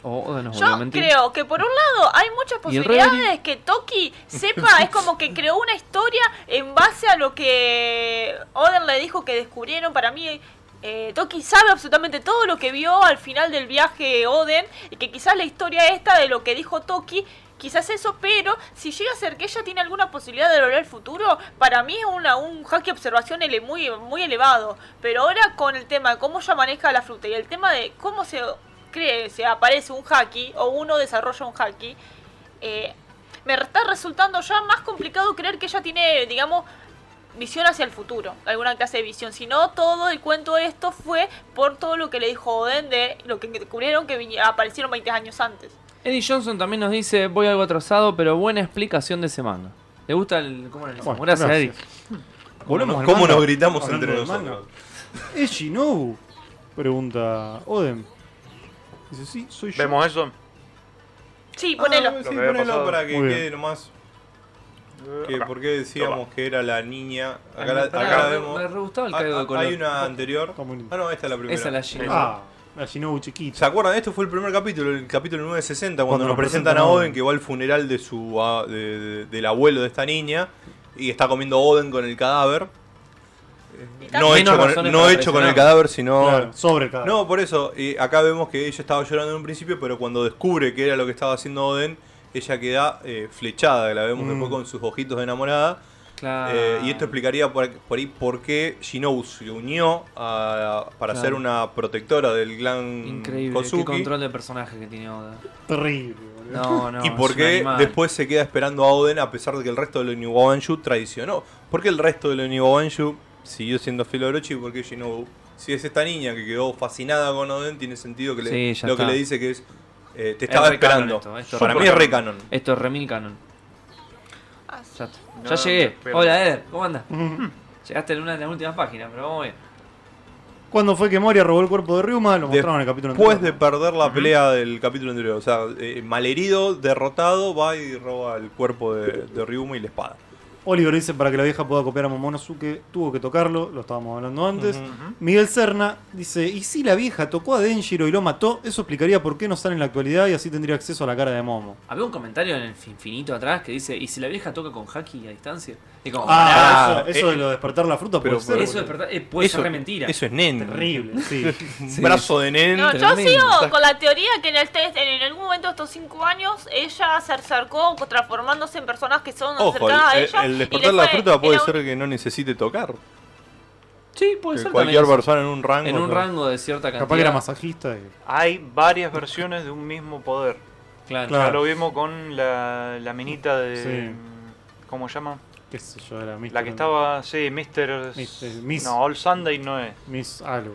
O Oden nos volvió a Yo mentir. creo que por un lado hay muchas Y el posibilidades que Toki sepa, es como que creó una historia en base a lo que Oden le dijo que descubrieron. Para mí, eh, Toki sabe absolutamente todo lo que vio al final del viaje Oden y que quizás la historia esta de lo que dijo Toki, quizás eso, pero si llega a ser que ella tiene alguna posibilidad de lograr el futuro, para mí es una, un hack de observación ele- muy, muy elevado. Pero ahora con el tema de cómo ella maneja la fruta y el tema de cómo se cree, se aparece un haki o uno desarrolla un haki, eh, me está resultando ya más complicado creer que ella tiene, digamos, visión hacia el futuro, alguna clase de visión. Si no, todo el cuento de esto fue por todo lo que le dijo Oden de lo que descubrieron que viñ- aparecieron 20 años antes. Eddie Johnson también nos dice, voy algo atrasado, pero buena explicación de ese manga. ¿Le gusta el... cómo lo analizamos? Bueno, gracias, gracias. Eddie. Volvemos al ¿Cómo manga. nos gritamos Hablando entre del manga. nosotros? ¿Es Shinobu? Pregunta Oden. Dice, sí, soy yo. ¿Vemos eso? Sí, ponelo. Ah, sí, Lo que había ponelo pasado. para que Muy bien. quede nomás. Que, Acá. ¿Por qué decíamos que era la niña? Acá, la- Pará, acá la me- vemos. Me re gustaba el Ah, caido de ah, color. Hay una anterior. Está muy lindo. Ah, no, esta es la primera. Esa es la Shinobu. Ah, A Shinobu chiquito. ¿Se acuerdan? Este fue el primer capítulo, el capítulo 960, cuando, nos presentan a Oden que va al funeral de su a- de- de- del abuelo de esta niña y está comiendo Oden con el cadáver. No Menos hecho con, razones no para hecho con el presionar. cadáver, sino... Claro, sobre cada. No, por eso. Y acá vemos que ella estaba llorando en un principio, pero cuando descubre que era lo que estaba haciendo Oden, ella queda eh, flechada, que la vemos Mm. después con sus ojitos de enamorada. Claro. Eh, y esto explicaría por, por ahí por qué Shinobu se unió a- para Claro. ser una protectora del clan Increíble, Kozuki. qué control de personaje que tiene Oda. Terrible, boludo. [LAUGHS] No, no. y por es un qué animal. después se queda esperando a Oden a pesar de que el resto del Onigobanshu traicionó. ¿Por qué el resto del Onigobanshu siguió siendo fiel a Orochi? ¿Por qué Shinobu? Si es esta niña que quedó fascinada con Oden, tiene sentido que le, Sí, ya lo está. que le dice que es... eh, te estaba re canon esperando. esto, esto es Para re mí es canon. re canon. Esto es Remil Canon. Ah, Ya, está. Ya No, llegué. pero- Hola, Eder, ¿cómo andas? Ujú. Llegaste en una de las últimas páginas, pero vamos bien. Cuando fue que Moria robó el cuerpo de Ryuma, lo mostraron en el capítulo Después de anterior. perder la pelea del capítulo anterior, o sea, eh, malherido, derrotado, va y roba el cuerpo de, de Ryuma y la espada. Oliver dice para que la vieja pueda copiar a Momonosuke, tuvo que tocarlo, lo estábamos hablando antes. Ujú. Miguel Serna dice, ¿y si la vieja tocó a Denjiro y lo mató? Eso explicaría por qué no sale en la actualidad y así tendría acceso a la cara de Momo. Había un comentario en el infinito atrás que dice, ¿y si la vieja toca con Haki a distancia? Y como, Ah, Ah, eso, eso eh, de lo de despertar la fruta pero puede ser, eso es boludo. verdad, eh, puede ser re mentira. Eso es nen. terrible, [LAUGHS] sí. Un Sí. brazo de nen. No, yo Tremendo. sigo con la teoría que en, el test, en algún momento de estos cinco años ella se acercó transformándose en personas que son Ojo, el, cercanas a el- ella. el y despertar le la fue- fruta puede era un- ser que no necesite tocar. Sí, puede Que ser cualquier también. persona en un rango. En un ¿no? rango de cierta cantidad. Capaz que era masajista. y- Hay varias versiones de un mismo poder. Claro. Claro. Ya lo vimos con la, la minita de. Sí. ¿Cómo se llama? qué sé yo, era Mr. La que estaba. Sí, Mr. Mister- Miss. No, All Sunday no es. Miss algo,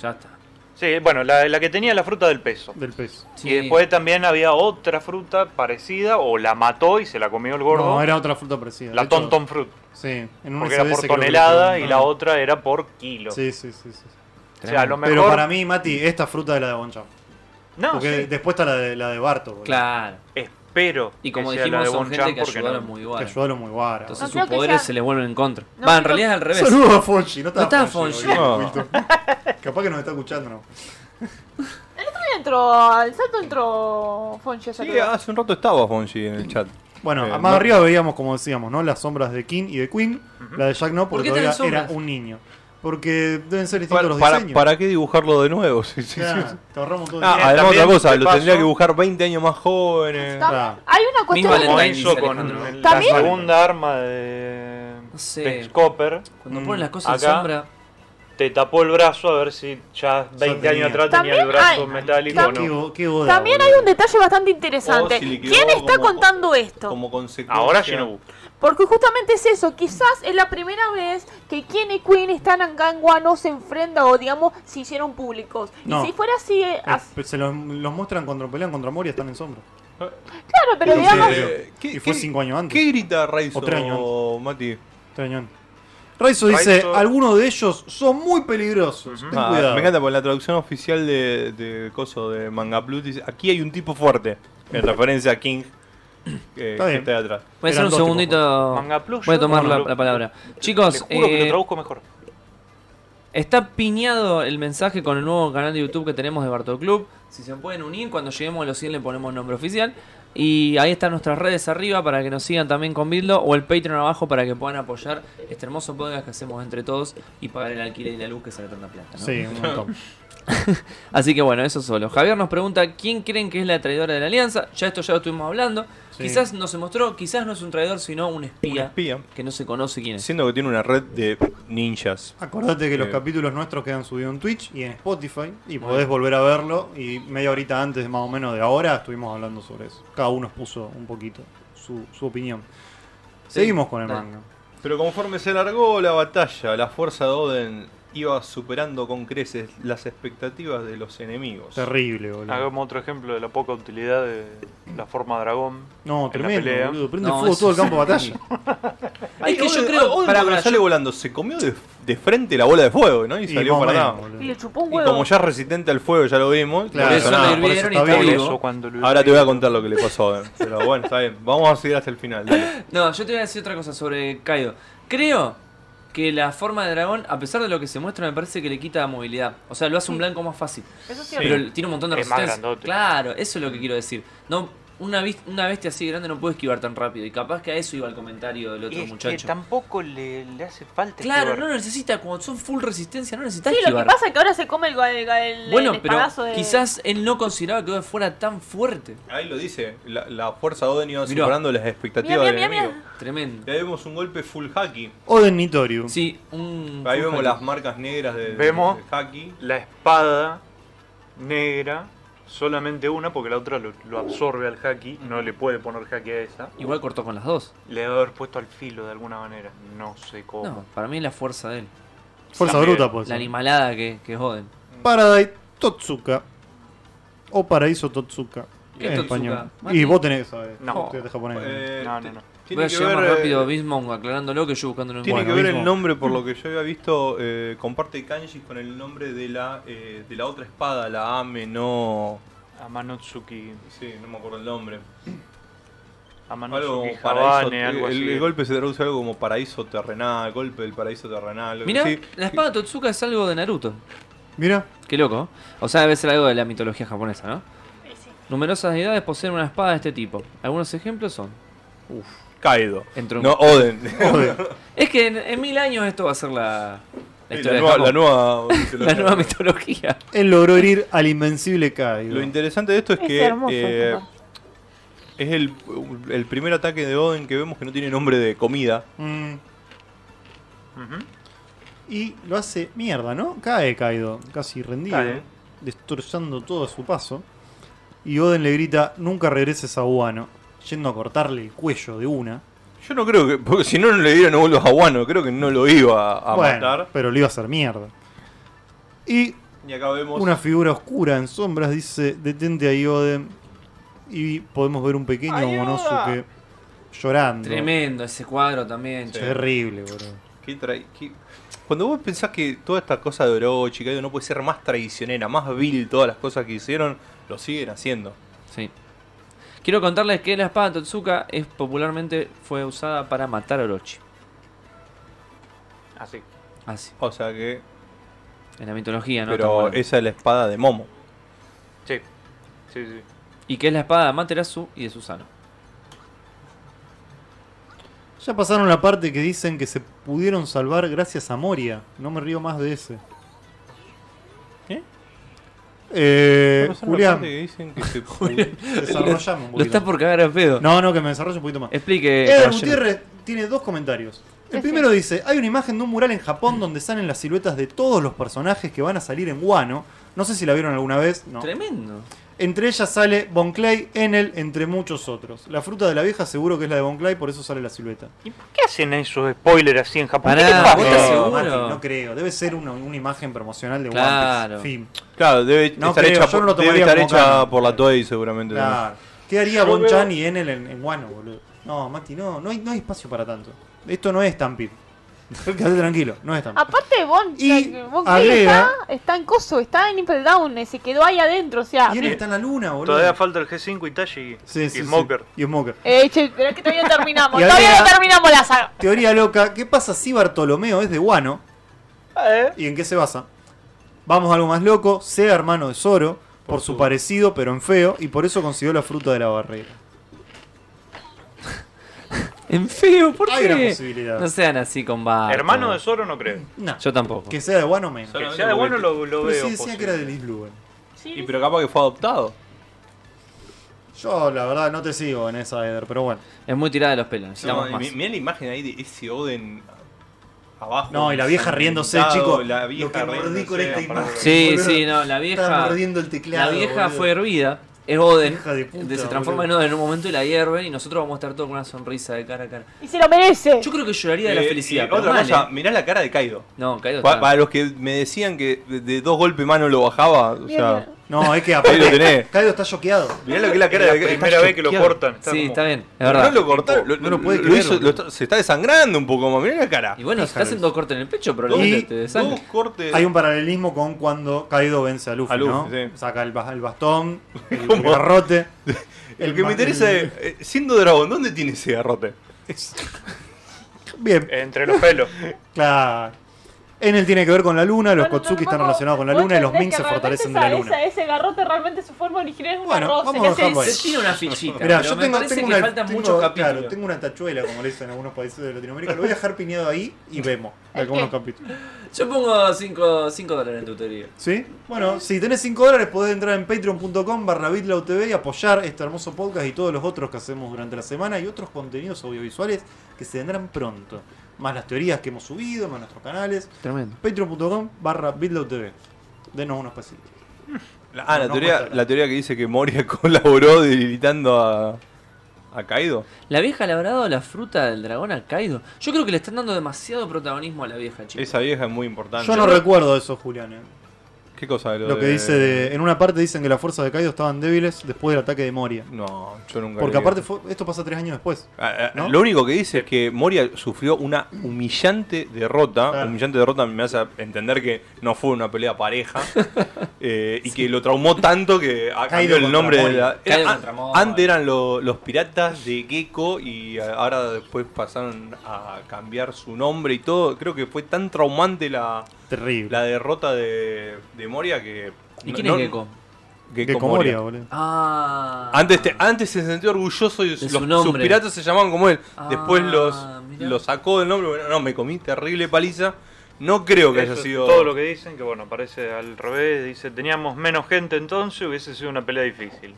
Ya está. Sí, bueno, la, la que tenía la fruta del peso. del peso. Sí. Y después también había otra fruta parecida, o la mató y se la comió el gordo. No, era otra fruta parecida. La De hecho, Tonton Fruit. Sí, en un Porque era SBS por creo que tonelada lo y la hicieron. otra era por kilo. Sí, sí, sí. sí. O sea, a lo mejor. Pero para mí, Mati, esta fruta es la de Bonchan. No, Porque sí. después está la de, la de Barto, boludo. Claro. Espero. Y como que sea la dijimos, de son Bonchan gente que porque no. ayudaron muy Que igual. ayudaron muy guara. Entonces No sus creo que poderes sea- se les vuelven en contra. No Va, en creo- realidad es al revés. Saludos a Fonchi, no No está, estaba Fonchi. No. [LAUGHS] Wilton. Capaz que nos está escuchando, ¿no? Ahí entró, al salto entró Fonchi a Sí, saludar. hace un rato estabas, Bonji, en el chat. Bueno, Eh, más no. arriba veíamos, como decíamos, ¿no? Las sombras de King y de Queen. La de Jack no, ¿Por porque qué todavía tienen era sombras? un niño. Porque deben ser distintos Para, los para, diseños. ¿para qué dibujarlo de nuevo? [LAUGHS] Sí, sí, Claro, sí. te ahorramos todo el Ah, tiempo. además también, otra cosa, de lo paso- tendría que dibujar 20 años más jóvenes. Tam- Claro. Hay una cuestión Mismo de- Como Valentine's, hizo con Alejandro. el- la ¿También? segunda arma de. No sé. de Scopper. Cuando Mm, ponen las cosas en acá. sombra. Te tapó el brazo a ver si ya 20 tenía. años atrás tenía el También brazo hay- metálico o Qué, no. bo- qué boda, También hay boludo. un detalle bastante interesante. O si le quedó ¿Quién está como- contando esto? Como consecuencia. Ahora Shinobu. Porque justamente es eso, quizás es la primera vez que Ken y Queen están en Gangua, no se enfrenta o digamos se hicieron públicos. No. Y si fuera así, eh, Eh, as- pe- se los, los muestran cuando pelean contra Moria, están en sombra. claro, pero Sí, digamos, sí. Eh, ¿qué- Y fue qué- cinco años antes. ¿Qué grita O tres años Raizo, Mati? Extrañón. Raizo dice, Raizo- algunos de ellos son muy peligrosos. Ten Ah, cuidado. me encanta porque la traducción oficial de, de Coso de Manga Plus dice: Aquí hay un tipo fuerte. En referencia a King, que, Está que bien. está de atrás. Voy a hacer Eran un dos tipos, segundito. Manga Plus, Voy a yo tomar Manga la, Plus. la palabra. Te Chicos, juro que eh, lo traduzco mejor. Está piñado el mensaje con el nuevo canal de YouTube que tenemos de Bartol Club. Si se pueden unir, cuando lleguemos a los 100 le ponemos nombre oficial. Y ahí están nuestras redes arriba para que nos sigan también con Bildo o el Patreon abajo para que puedan apoyar este hermoso podcast que hacemos entre todos y pagar el alquiler y la luz que sale tanta plata. ¿no? Sí, un montón. Así que bueno, eso solo. Javier nos pregunta quién creen que es la traidora de la alianza. Ya esto ya lo estuvimos hablando. Sí. Quizás no se mostró, quizás no es un traidor, sino un espía, Un espía. que no se conoce quién es. Siendo que tiene una red de ninjas. Acordate que los Eh. capítulos nuestros quedan subidos en Twitch y en Spotify y podés volver a verlo y media horita antes más o menos de ahora estuvimos hablando sobre eso. Cada uno expuso un poquito su, su opinión. Sí. Seguimos con el Dale. manga. Pero conforme se alargó la batalla, la fuerza de Oden iba superando con creces las expectativas de los enemigos. Terrible, boludo. Hagamos otro ejemplo de la poca utilidad de la forma dragón. No, en la tremendo, pelea. boludo. Prende No, fuego eso todo el sí. campo de batalla. Es que yo Oden- creo- Oden pará, cuando pará, sale yo- volando, se comió de, de frente la bola de fuego, ¿no? Y, Y salió más o para menos, nada. boludo. y le chupó un Y huevo. como ya es resistente al fuego, ya lo vimos. Claro, no eso hizo lo nada. hirvieron por eso y está está bien. Por vivo. eso cuando lo Ahora te voy a contar lo que le pasó a Oden. Pero bueno, está bien. Vamos a seguir hasta el final. dale. No, yo te voy a decir otra cosa sobre Kaido. Creo que la forma de dragón, a pesar de lo que se muestra, me parece que le quita movilidad. O sea, lo hace un blanco más fácil. Eso es Sí. cierto. Pero tiene un montón de Es más resistencia. grandote. Claro, eso es lo que quiero decir. No, una, vis- una bestia así grande no puede esquivar tan rápido. Y capaz que a eso iba el comentario del otro Es que muchacho. tampoco le, le hace falta. este Claro, esquivar. no necesita, cuando son full resistencia, no necesita Sí, lo que esquivar. pasa es que ahora se come el, el, el- bueno, el pero espadazo de... quizás él no consideraba que fuera tan fuerte. Ahí lo dice, la, la fuerza de Oden iba Mirá. superando las Mira, expectativas mira, del mira, enemigo. mira. Tremendo. Y ahí vemos un golpe full haki. Oden Nitorium. Sí, un. Ahí vemos un- las marcas negras de, Vemos. de haki. La espada negra, solamente una, porque la otra lo, lo absorbe al haki, no le puede poner haki a esa. Igual cortó con las dos. Le debe haber puesto al filo de alguna manera, no sé cómo. No, para mí es la fuerza de él. Fuerza También. bruta, pues. La animalada que, que joden. Paradise Totsuka. O Paraíso Totsuka. ¿Qué en es Totsuka? español. Mati. Y vos tenés que saber. No. Usted es de japonés. Eh, No, no, te- no. Voy a Tiene que llegar ver, más eh, rápido a Bismong aclarándolo que yo buscándolo en tiene Google. que ver mismo. el nombre, por lo que yo había visto, eh, comparte kanji con el nombre de la, eh, de la otra espada, la Ame, no... Amanotsuki, Sí, no me acuerdo el nombre. Algo Ah, Amanotsuki paraíso, Habane, algo el, así. el golpe se traduce algo como paraíso terrenal, golpe del paraíso terrenal. algo Mirá, así. la espada de Totsuka es algo de Naruto. Mira, Qué loco. ¿eh? O sea, debe ser algo de la mitología japonesa, ¿no? Sí, sí. Numerosas deidades poseen una espada de este tipo. Algunos ejemplos son. Kaido. Entró en- No, Oden. Es que en, en mil años esto va a ser la. La, Sí, historia [LAUGHS] la, de Japón. nueva, la nueva- [LAUGHS] La nueva mitología. él logró herir al invencible Kaido. Lo interesante de esto es, Es que hermoso, eh, ¿no? es el, el primer ataque de Oden que vemos que no tiene nombre de comida. Mm, Ujú. y lo hace mierda, ¿no? Cae Kaido, casi rendido, Cae. destrozando todo a su paso. Y Oden le grita, nunca regreses a Wano, yendo a cortarle el cuello de una. Yo no creo que, porque si no, no le dieron vuelos a Wano, creo que no lo iba a Bueno, matar. pero le iba a hacer mierda. Y Y acá vemos Una figura oscura en sombras dice, detente ahí, Oden. Y podemos ver un pequeño ¡Ayuda! Monosuke llorando. Tremendo ese cuadro también. Sí. che. Terrible, bro. qué tra- qué- Cuando vos pensás que toda esta cosa de Orochi, Kaido, no puede ser más traicionera, más vil, todas las cosas que hicieron, lo siguen haciendo. Sí. Quiero contarles que la espada de Totsuka es popularmente fue usada para matar a Orochi. Ah, Así. Así, O sea que... en la mitología, ¿no? Estamos pero hablando. esa es la espada de Momo. Eh, Sí. Sí, sí. Y que es la espada de Amaterasu y de Susano. Ya pasaron la parte que dicen que se pudieron salvar gracias a Moria. No me río más de ese. ¿Qué? Eh, Vamos a la Julián, [LAUGHS] parte que dicen que se- desarrollame un Lo poquito. está por cagar a pedo. No, no, que me desarrolle un poquito más. Explique. Edgar caballero. Gutiérrez tiene dos comentarios. El Sí, primero dice, hay una imagen de un mural en Japón donde salen las siluetas de todos los personajes que van a salir en Wano. No sé si la vieron alguna vez. No. Tremendo. Entre ellas sale Bon Clay, Enel, entre muchos otros. La fruta de la vieja seguro que es la de Bon Clay, por eso sale la silueta. ¿Y por qué hacen esos spoilers así en Japón? Pará, ¿Qué les pasa? ¿vos estás seguro? Mati, no creo. Debe ser una, una imagen promocional de Claro. One Piece. Fin. Claro, debe No estar creo, hecha, yo no por, lo debe tomaría estar como hecha canon. por la Toei seguramente. Claro. ¿Qué haría Yo Bonchan veo- y Enel en, en Wano, boludo? No, Mati, no, no hay, no hay espacio para tanto. Esto no es Stampede. [LAUGHS] Quédate tranquilo, no es Stampede. Aparte, Bon, Y o sea, Bon agrega- está, está en coso, está en Impel Down, eh, se quedó ahí adentro, o sea... Y Enel está en la luna, boludo. Todavía falta el G5 Itachi Sí, sí, y sí. Smoker. Y Smoker. Eh, che, pero es que todavía no terminamos, Y todavía no agrega- terminamos la saga. Teoría loca, ¿qué pasa si Bartolomeo es de Guano? Eh, ¿Y en qué se basa? Vamos a algo más loco, sea hermano de Zoro, por, su parecido pero en feo, y por eso consiguió la fruta de la barrera. En feo, ¿por Hay qué? una posibilidad. No sean así con bar. Ah, Hermano de Zoro no creo. No, Yo tampoco. que sea de Guano menos. Que Solamente sea de bueno lo, Pero lo veo. sí decía que era de posible. Liz Blue. Y pero capaz que fue adoptado. Yo la verdad no te sigo en esa, Eder, pero bueno. Es muy tirada de los pelos. Necesitamos No, más. mi- Mirá la imagen ahí de ese Oden abajo. No, y la vieja riéndose, ensangrentado, chico. La Lo vieja que mordí riéndose, con esta aparte. imagen. Sí, Boludo, sí, no, la Estaba vieja. mordiendo el La teclado. vieja boludo. fue hervida. Es Oden. Hija de puta, de- se transforma boludo. en Oden en un momento y la hierven. Y nosotros vamos a estar todos con una sonrisa de cara a cara. Y se lo merece. Yo creo que lloraría de la Eh, felicidad. y pero otra mal, cosa, ¿eh? mirá la cara de Kaido. No, caído. Pa- Para los que me decían que de, de dos golpes mano lo bajaba, o sea, Mierda. [LAUGHS] No, es que Ahí lo tenés. aparte. Kaido está choqueado. mirá lo que es la cara Es la de Kaido. primera vez que lo choqueado. cortan. sí, como- está bien, es No verdad. lo cortaron, lo, No lo lo- puede lo creer, hizo- lo boludo. está- se está desangrando un poco más, mirá la cara. Y bueno, si te Fíjalo. hacen dos cortes en el pecho, Dos, probablemente te dos desangre. cortes. este, Hay un paralelismo con cuando Kaido vence a Luffy, A Luffy, ¿no? sí. Saca el, ba- el [LAUGHS] bastón, el ¿Cómo? [LAUGHS] garrote. Lo que me interesa es, eh, siendo dragón, ¿dónde tiene ese garrote? Bien, Entre los pelos. claro. Enel tiene que ver con la luna, los Bueno, Kotsuki pero están vos- relacionados con la vos luna y los Min entendés se que fortalecen de la realmente luna. esa- ese garrote realmente su forma original es un Bueno, garrote. vamos a que se- dejarlo ahí. se- Se tira una fichita. Mirá, pero yo me tengo, parece tengo que una, faltan tengo- muchos claro, capítulos. tengo una tachuela, como le dicen en algunos países de Latinoamérica. Lo voy a dejar pineado ahí [LAUGHS] y vemos de algunos capítulos. Yo pongo 5 dólares en tu teoría. ¿Sí? Bueno, si tenés 5 dólares podés entrar en patreon.com barra bitlautv y apoyar este hermoso podcast y todos los otros que hacemos durante la semana y otros contenidos audiovisuales que se vendrán pronto. Más las teorías que hemos subido, más nuestros canales. Tremendo. Patreon.com barra bitlautv. Denos unos pasitos. La- ah, No, la, no teoría, cuesta. la teoría que dice que Moria [LAUGHS] colaboró debilitando a. a Kaido. ¿La vieja le habrá dado la fruta del dragón a Kaido? Yo creo que le están dando demasiado protagonismo a la vieja, chicos. Esa vieja es muy importante. Yo no recuerdo eso, Julián. eh. ¿Qué cosa? Lo que de- dice de... En una parte dicen que las fuerzas de Kaido estaban débiles después del ataque de Moria. No, yo nunca. Porque leí aparte eso. fue, esto pasa tres años después. Ah, ah, ¿no? Lo único que dice es que Moria sufrió una humillante derrota. Claro. Humillante derrota me hace entender que no fue una [LAUGHS] pelea pareja. eh, y que lo traumó tanto que ha Kaido cambiado el contra nombre de Moria. la. Kaido era- contra Moria. antes eran lo- los piratas de Gecko y a- ahora después pasaron a cambiar su nombre y todo. Creo que fue tan traumante la, Terrible. la derrota de, de Moria que. ¿Y no- quién no- es Gecko? que Gecko Moria. Comoria, boludo. Ah. Antes, te- antes se sentía orgulloso y su los, sus nombre. piratas se llamaban como él. Ah, Después los, mirá. los sacó del nombre. Bueno, no, me comí terrible paliza. No creo que Eso haya es sido. Todo lo que dicen, que bueno, parece al revés. Dice, teníamos menos gente entonces, hubiese sido una pelea difícil.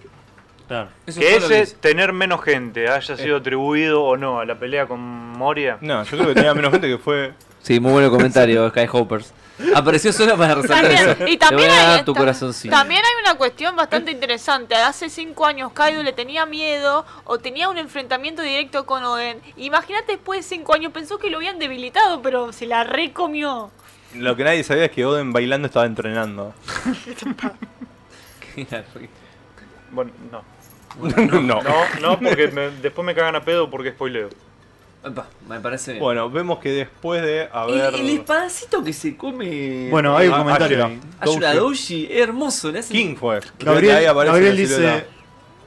Claro. Eso Que es todo lo ese dice. tener menos gente haya sido atribuido o no a la pelea con Moria. No, yo creo que tenía menos gente que fue. Sí, muy buen [LAUGHS] comentario, Skyhoppers. Apareció solo para resaltar eso. También, y también Te voy a hay, dar tu ta- corazoncito. [LAUGHS] también hay una cuestión bastante interesante. Hace cinco años Kaido le tenía miedo o tenía un enfrentamiento directo con Oden. Imagínate después de cinco años, pensó que lo habían debilitado, pero se la recomió. Lo que nadie sabía es que Oden bailando estaba entrenando. Bueno, no. [LAUGHS] No, no. no, porque me- después me cagan a pedo porque spoileo. Epa, me parece bien. Bueno, vemos que después de el, haber. el espadacito que se come. Bueno, hay un Ah, comentario. Ashura. ahí. Ayuda Doji. Doji, es hermoso. Le hacen- King fue. Creo que ahí Gabriel, aparece Gabriel la dice: silueta.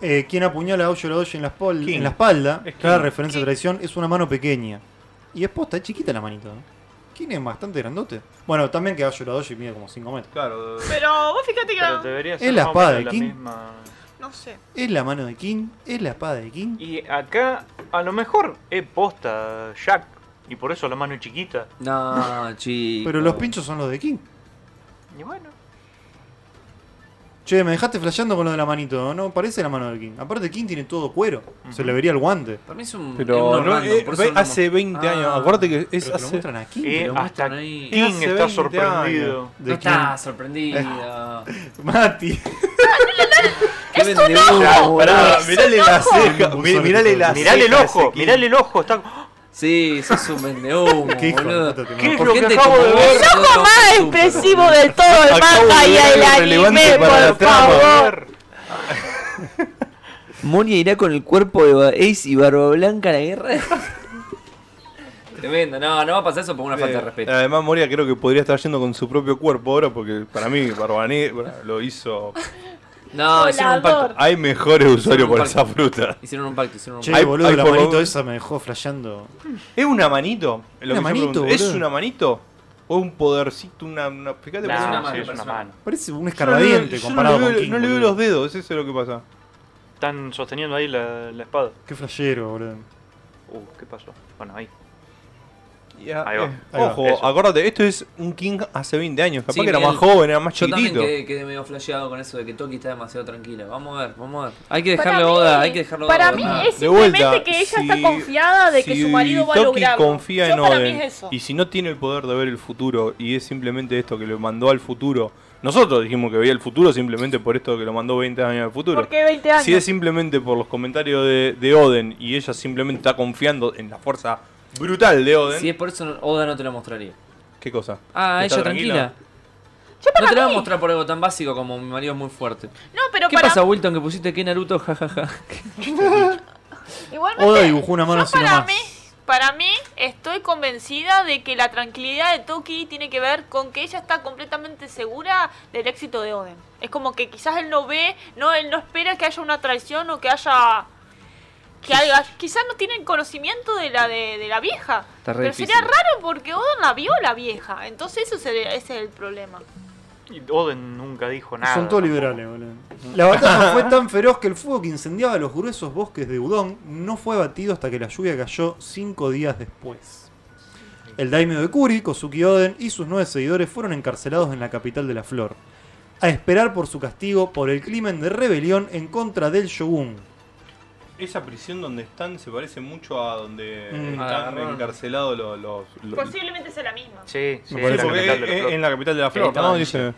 eh, Quien apuñala a Oyo Doji en la, espal- King. en la espalda, Es King. cada referencia a traición es una mano pequeña. Y es posta, es chiquita la manito. ¿no? King es bastante grandote. Bueno, también que Oyo Doji mide como 5 metros. Claro. Pero vos fíjate que Pero debería ser Es la más o menos espada de la King. misma. no sé. Es la mano de King, es la espada de King. Y acá, a lo mejor es posta Jack. Y por eso la mano es chiquita. No, chico. Pero los pinchos son los de King. Y bueno. Che, me dejaste flasheando con lo de la manito, ¿no? no parece la mano de King. Aparte, King tiene todo cuero. Se le vería el guante. Para mí es un. es Pero un no, random, eh, por eso ve- no lo hace mo- 20 años. Ah, Acuérdate que Pero es te lo hace. muestran a King. Y lo Eh, hasta muestran ahí. King Hace está 20 sorprendido. No De está King. sorprendido. [LAUGHS] Mati. ¡Es un Pará, [LAUGHS] mirale la ceja. Un mi- Mirale la Mirale el ceja ese ojo, King. mirale el ojo. Está... Sí, sos un vendehumo, Qué hijo de boludo. puta que ¿Qué es me- Por lo que gente acabo como de vos, ver? yo no Ojo más consumo. expresivo de todo el Acabo manga de y ver el algo relevante anime, para la por trama. favor. Monia irá con el cuerpo de Ba- Ace y Barba Blanca a la guerra. [LAUGHS] Tremendo, no, no va a pasar eso por una falta de Eh, respeto. Además, Moria creo que podría estar yendo con su propio cuerpo ahora, porque para mí, Barbaní bueno, lo hizo. No, hicieron un pacto. Volador. Hay mejores usuarios por Parque. esa fruta. Hicieron un pacto, hicieron un Che, pacto. Hay- boludo, hay la por- manito esa me dejó flasheando. ¿Es una manito? Lo Una que yo manito, pregunto, ¿Es boludo. una manito? ¿O un podercito, una. una fíjate, Nah, una No, parece una- mano, sí, es una parece una mano. Parece un Yo no le veo- escarradiente yo comparado no le con veo, King. no le veo boludo. los dedos, eso es lo que pasa. Están sosteniendo ahí la, la espada. Qué flashero, boludo. Uh, ¿qué pasó? Bueno, ahí. Ya, Ahí va. eh, Ahí va, Ojo, eso. acuérdate, esto es un King hace 20 años. Capaz Sí, que era Miguel, más joven, era más Yo también chiquitito. quedé, quedé medio flasheado con eso de que Toki está demasiado tranquila. Vamos a ver, vamos a ver. Hay que Para dejarle mí- Oda, hay que dejarlo Ah. a Oda. Para mí gobernar. es De simplemente vuelta, que ella si- está confiada de que si su marido va a Toki lograrlo. confía Yo en para mí Oden es eso. y si no tiene el poder de ver el futuro y es simplemente esto que lo mandó al futuro. Nosotros dijimos que veía el futuro simplemente por esto que lo mandó 20 años al futuro. Porque 20 años. Si es simplemente por los comentarios de, de Oden y ella simplemente está confiando en la fuerza brutal de Oden. Si es por eso, no- Oda no te lo mostraría. ¿Qué cosa? Ah, ¿Está ella tranquila. Yo No para te la va a mí- mostrar por algo tan básico como mi marido es muy fuerte. No, pero ¿Qué para pasa, Wilton, que pusiste que Naruto? Jajaja. Igualmente, Oda dibujó una mano yo así para nomás. mí, para mí, estoy convencida de que la tranquilidad de Toki tiene que ver con que ella está completamente segura del éxito de Oden. Es como que quizás él no ve, no, él no espera que haya una traición o que haya que algo- quizás no tienen conocimiento de la de, de la vieja. Está re Pero difícil. sería raro porque Odin la vio la vieja. Entonces eso sería- ese es el problema. Y Oden nunca dijo nada. Son todos liberales, boludo. La [LAUGHS] batalla fue tan feroz que el fuego que incendiaba los gruesos bosques de Udon no fue abatido hasta que la lluvia cayó cinco días después. El daimyo de Kuri, Kosuki Oden y sus nueve seguidores fueron encarcelados en la capital de la flor, a esperar por su castigo por el crimen de rebelión en contra del shogun. Esa prisión donde están se parece mucho a donde Mm. están Ah. encarcelados los. los- los- Posiblemente sea la misma. Sí, sí, Me Sí, parece la porque capital de es- la es flor. en la capital de la Sí, flor, estaba ¿no? en- Dice.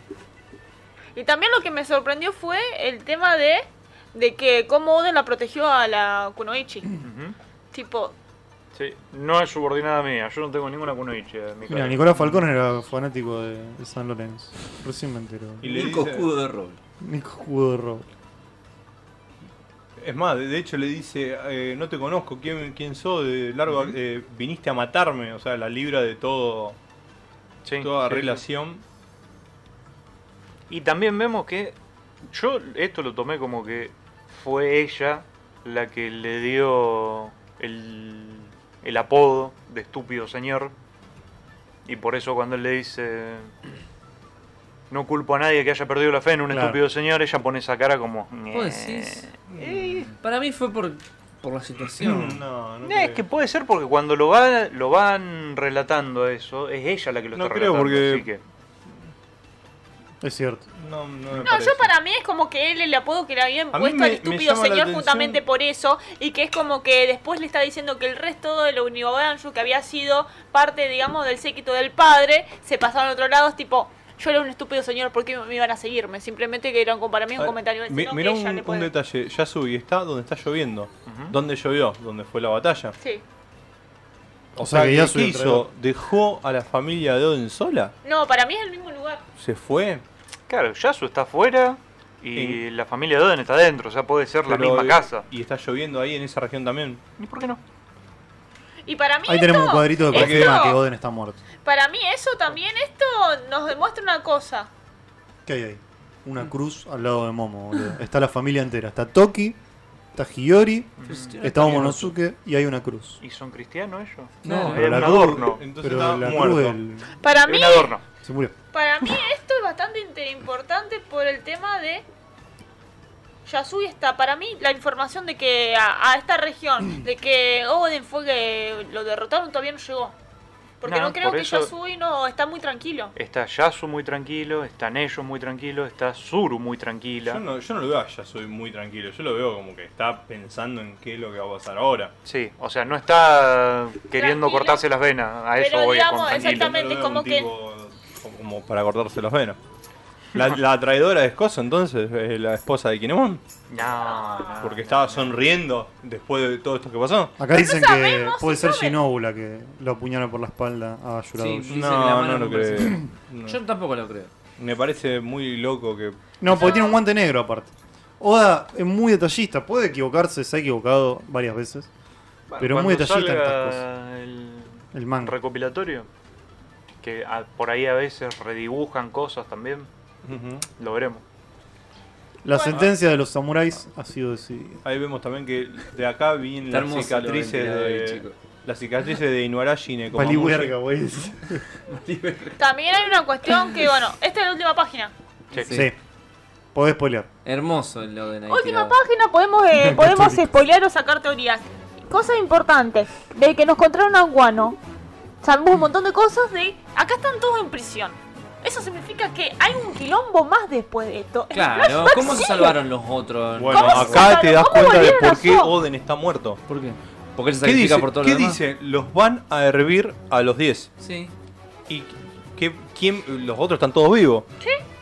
Y también lo que me sorprendió fue el tema de, de que cómo Oden la protegió a la [CLEARS THROAT] Kunoichi. Ujú. tipo, Sí, no es subordinada mía, yo no tengo ninguna kunoichi en mi Mira, cara. Nicolás Falcón era fanático de, de San Lorenzo. Recién me entero. Y le Nico dice- escudo de roble. Nico Judo Robo. Es más, de- de hecho le dice, eh, no te conozco, ¿quién, quién sos? De largo, eh, viniste a matarme, o sea, la libra de todo, Sí, toda sí, sí. relación. Y también vemos que yo esto lo tomé como que fue ella la que le dio el, el apodo de estúpido señor. Y por eso cuando él le dice, no culpo a nadie que haya perdido la fe en un Claro. estúpido señor, ella pone esa cara como... ¿Vos decís? "Eh". Para mí fue por, por la situación. No, no No, es creo. que puede ser porque cuando lo, va, lo van relatando eso, es ella la que lo No está creo, relatando. porque- así que- Es cierto. No, no me No, parece. yo para mí es como que él el apodo que le habían A mí puesto me- al me estúpido llama la señor atención- justamente por eso y que es como que después le está diciendo que el resto de la Unibabanju que había sido parte, digamos, del séquito del padre se pasaron a otro lado, es tipo, yo era un estúpido señor, ¿por qué me iban a seguirme? Simplemente que eran como para mí un A ver, comentario del Ah, mi- sino mirá que ella un, le un puede- detalle, Yasubi está donde está lloviendo. Ujú. ¿Dónde llovió? Donde fue la batalla. Sí. O sea, sea, que ¿qué Yasubi hizo? traidor. ¿Dejó a la familia de Oden sola? No, para mí es el mismo lugar. ¿Se fue? Claro, Yasu está afuera y la familia de Oden está adentro, o sea, puede ser la Pero, misma eh, casa. Y está lloviendo ahí en esa región también. ¿Y por qué no? Y para mí Ahí esto- tenemos un cuadrito que esto- confirma que Oden está muerto. Para mí eso también, esto nos demuestra una cosa. ¿Qué hay ahí? Mm. Una cruz al lado de Momo, boludo. Está la familia entera. Está Toki, está Hiyori, está Momonosuke y hay una cruz. ¿Y son cristianos ellos? No, Era pero un la adorno. Entonces Pero está la muerto. cruz del- Para Era mí un adorno. se murió. Para mí esto es bastante inter- importante por el tema de Yasui está. Para mí la información de que a, a esta región, de que Oden fue que lo derrotaron todavía no llegó. Porque No, no, creo por que eso- Yasui no está muy tranquilo. Está Yasu muy tranquilo, están ellos muy tranquilos, está Zuru muy tranquila. Yo no, yo no lo veo a Yasubi muy tranquilo. Yo lo veo como que está pensando en qué es lo que va a pasar ahora. Sí, o sea, no está queriendo Tranquilo. cortarse las venas. A eso Pero voy digamos, con tranquilo. Yo no lo Exactamente, veo como un que- tipo como- como para cortarse las venas. La, la traidora de Escoso, entonces, es la esposa de Kinemon. No, no, Ah. Porque no. estaba sonriendo después de todo esto que pasó. Acá dicen que sabemos puede si ser saben. Shinobu la que lo apuñala por la espalda a Yuradoshi. Sí. Dice que la No, mano no lo no parece. creo. No. Yo tampoco lo creo. Me parece muy loco que. No, porque tiene un guante negro aparte. Oda es muy detallista, puede equivocarse, se ha equivocado varias veces. Pero Cuando muy detallista en salga estas cosas. El, El manga. recopilatorio, que a- por ahí a veces redibujan cosas también, lo veremos. La Bueno. sentencia de los samuráis ha sido decidida. Ahí vemos también que de acá vienen Está las hermoso cicatrices lo del de. ventilador ahí, chico. Las cicatrices de Inuarashi y Nekomamushi. Palihuerga, güey. También hay una cuestión que, bueno, esta es la última página. Sí. Sí. Sí. Podés spoilear. Hermoso lo de Nike. Última página, podemos, [LAUGHS] eh, podemos spoilear o sacar teorías. Cosas importantes, de que nos encontraron a un guano. Sabemos un montón de cosas de... Acá están todos en prisión. Eso significa que hay un quilombo más después de esto. [LAUGHS] Claro, ¿cómo se salvaron los otros? Bueno, ¿Cómo se acá te salvaron? das ¿Cómo cuenta de volvieron por a qué Zod? Oden está muerto. ¿Por qué? Porque él se ¿Qué sacrifica dice? por todo ¿Qué lo demás. dice? Los van a hervir a los 10. Sí. ¿Y qué, quién? Los otros están todos vivos.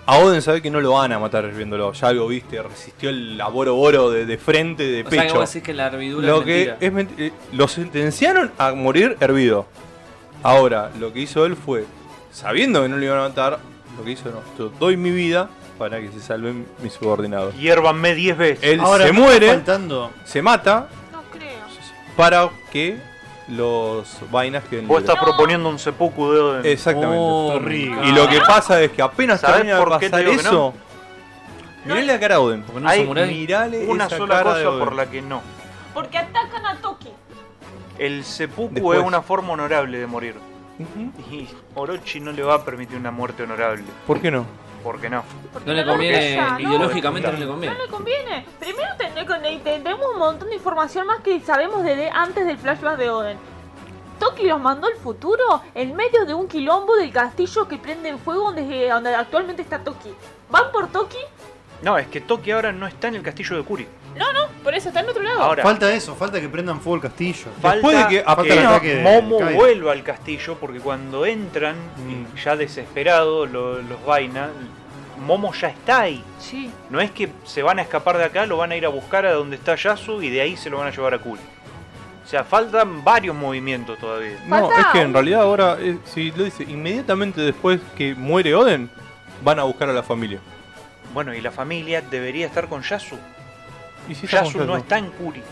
A Oden sabe que no lo van a matar herviéndolo. Ya lo viste, resistió el aboroboro de, de frente, de O sea que pecho. vos decís que la hervidura lo es que mentira. es menti- eh, lo sentenciaron a morir hervido. Ahora, lo que hizo él fue, sabiendo que no lo iban a matar, lo que hizo no, yo doy mi vida para que se salven mis subordinados. Hiérvanme 10 veces. Él Ahora, se me muere, está faltando se mata No creo. para que los vainas que Vos estás proponiendo un seppuku de Oden. Exactamente. Oh, Torriga. Y lo que pasa es que apenas ¿Sabés termina de por qué te pasar digo que no? eso, mirale la cara a Oden. Porque no Hay es samurái. Mirale Una esa sola cara de cosa Oden. por la que no. Porque atacan a Toki. El seppuku Después. es una forma honorable de morir. Y Orochi no le va a permitir una muerte honorable. ¿Por qué no? ¿Por qué no? Porque No le la conviene, verdad, no, ideológicamente no le conviene. No le conviene. Primero ten- ten- tenemos un montón de información más que sabemos desde antes del flashback de Oden. Toki los mandó al futuro en medio de un quilombo del castillo que prende en fuego donde, eh, donde actualmente está Toki. Van por Toki, No, es que Toki ahora no está en el castillo de Kuri. por eso está en otro lado. Ahora, Falta eso, falta que prendan fuego el castillo. falta Después de que- falta el eh, ataque de Momo Kaido. vuelva al castillo porque cuando entran, Mm. ya desesperado lo- los vaina, Momo ya está ahí. Sí. No es que se van a escapar de acá, lo van a ir a buscar a donde está Yasu y de ahí se lo van a llevar a Kuri. O sea, faltan varios movimientos todavía. No, Falta es que en un- realidad ahora, eh, si lo dice, inmediatamente después que muere Oden, van a buscar a la familia. Bueno, y la familia debería estar con Yasu. ¿Y si estamos Yasu no claros? está en Kuri.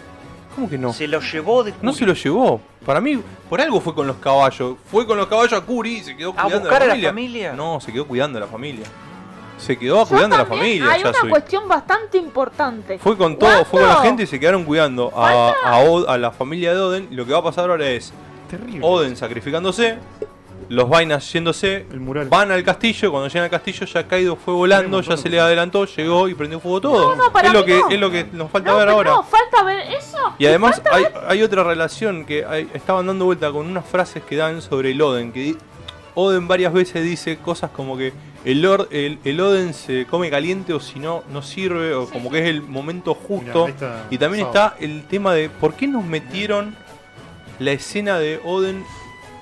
¿Cómo que no? Se lo llevó de Kuri. No se lo llevó. Para mí, por algo fue con los caballos. Fue con los caballos a Curi y se quedó ¿A cuidando buscar a a la la familia. familia? No, se quedó cuidando a la familia. Se quedó Yo cuidando a la también- familia, Hay una Yasui. cuestión bastante importante. Fue con todo, fue con la ¿Cuándo? gente y se quedaron cuidando a, a Od- a la familia de Oden. Y lo que va a pasar ahora es Terrible. Oden sacrificándose, los vainas yéndose, El mural. van al castillo. Cuando llegan al castillo, ya Kaido fue volando, ya se le adelantó, llegó y prendió fuego todo. No, no, para es, lo mí que, no. es lo que nos falta No, ver pero ahora. no, falta ver eso. Y además hay, hay otra relación que hay- estaban dando vuelta con unas frases que dan sobre el Oden, que di- Oden varias veces dice cosas como que el, or- el, el Oden se come caliente o si no, no sirve, o como que es el momento Mirá, justo. ahí está y también Sao. está el tema de por qué nos metieron la escena de Oden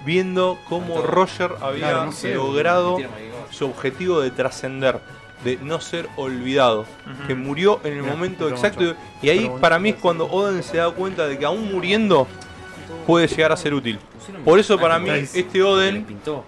viendo cómo Roger había Claro, no sé, logrado metieron maricón. su objetivo de trascender, de no ser olvidado, Ujú. que murió en el Mirá, momento pero exacto. mucho. Y ahí Pero bueno, para mí es gracias. cuando Oden se da cuenta de que aún muriendo puede llegar a ser útil. Por eso para mí Nice. este Oden pintó.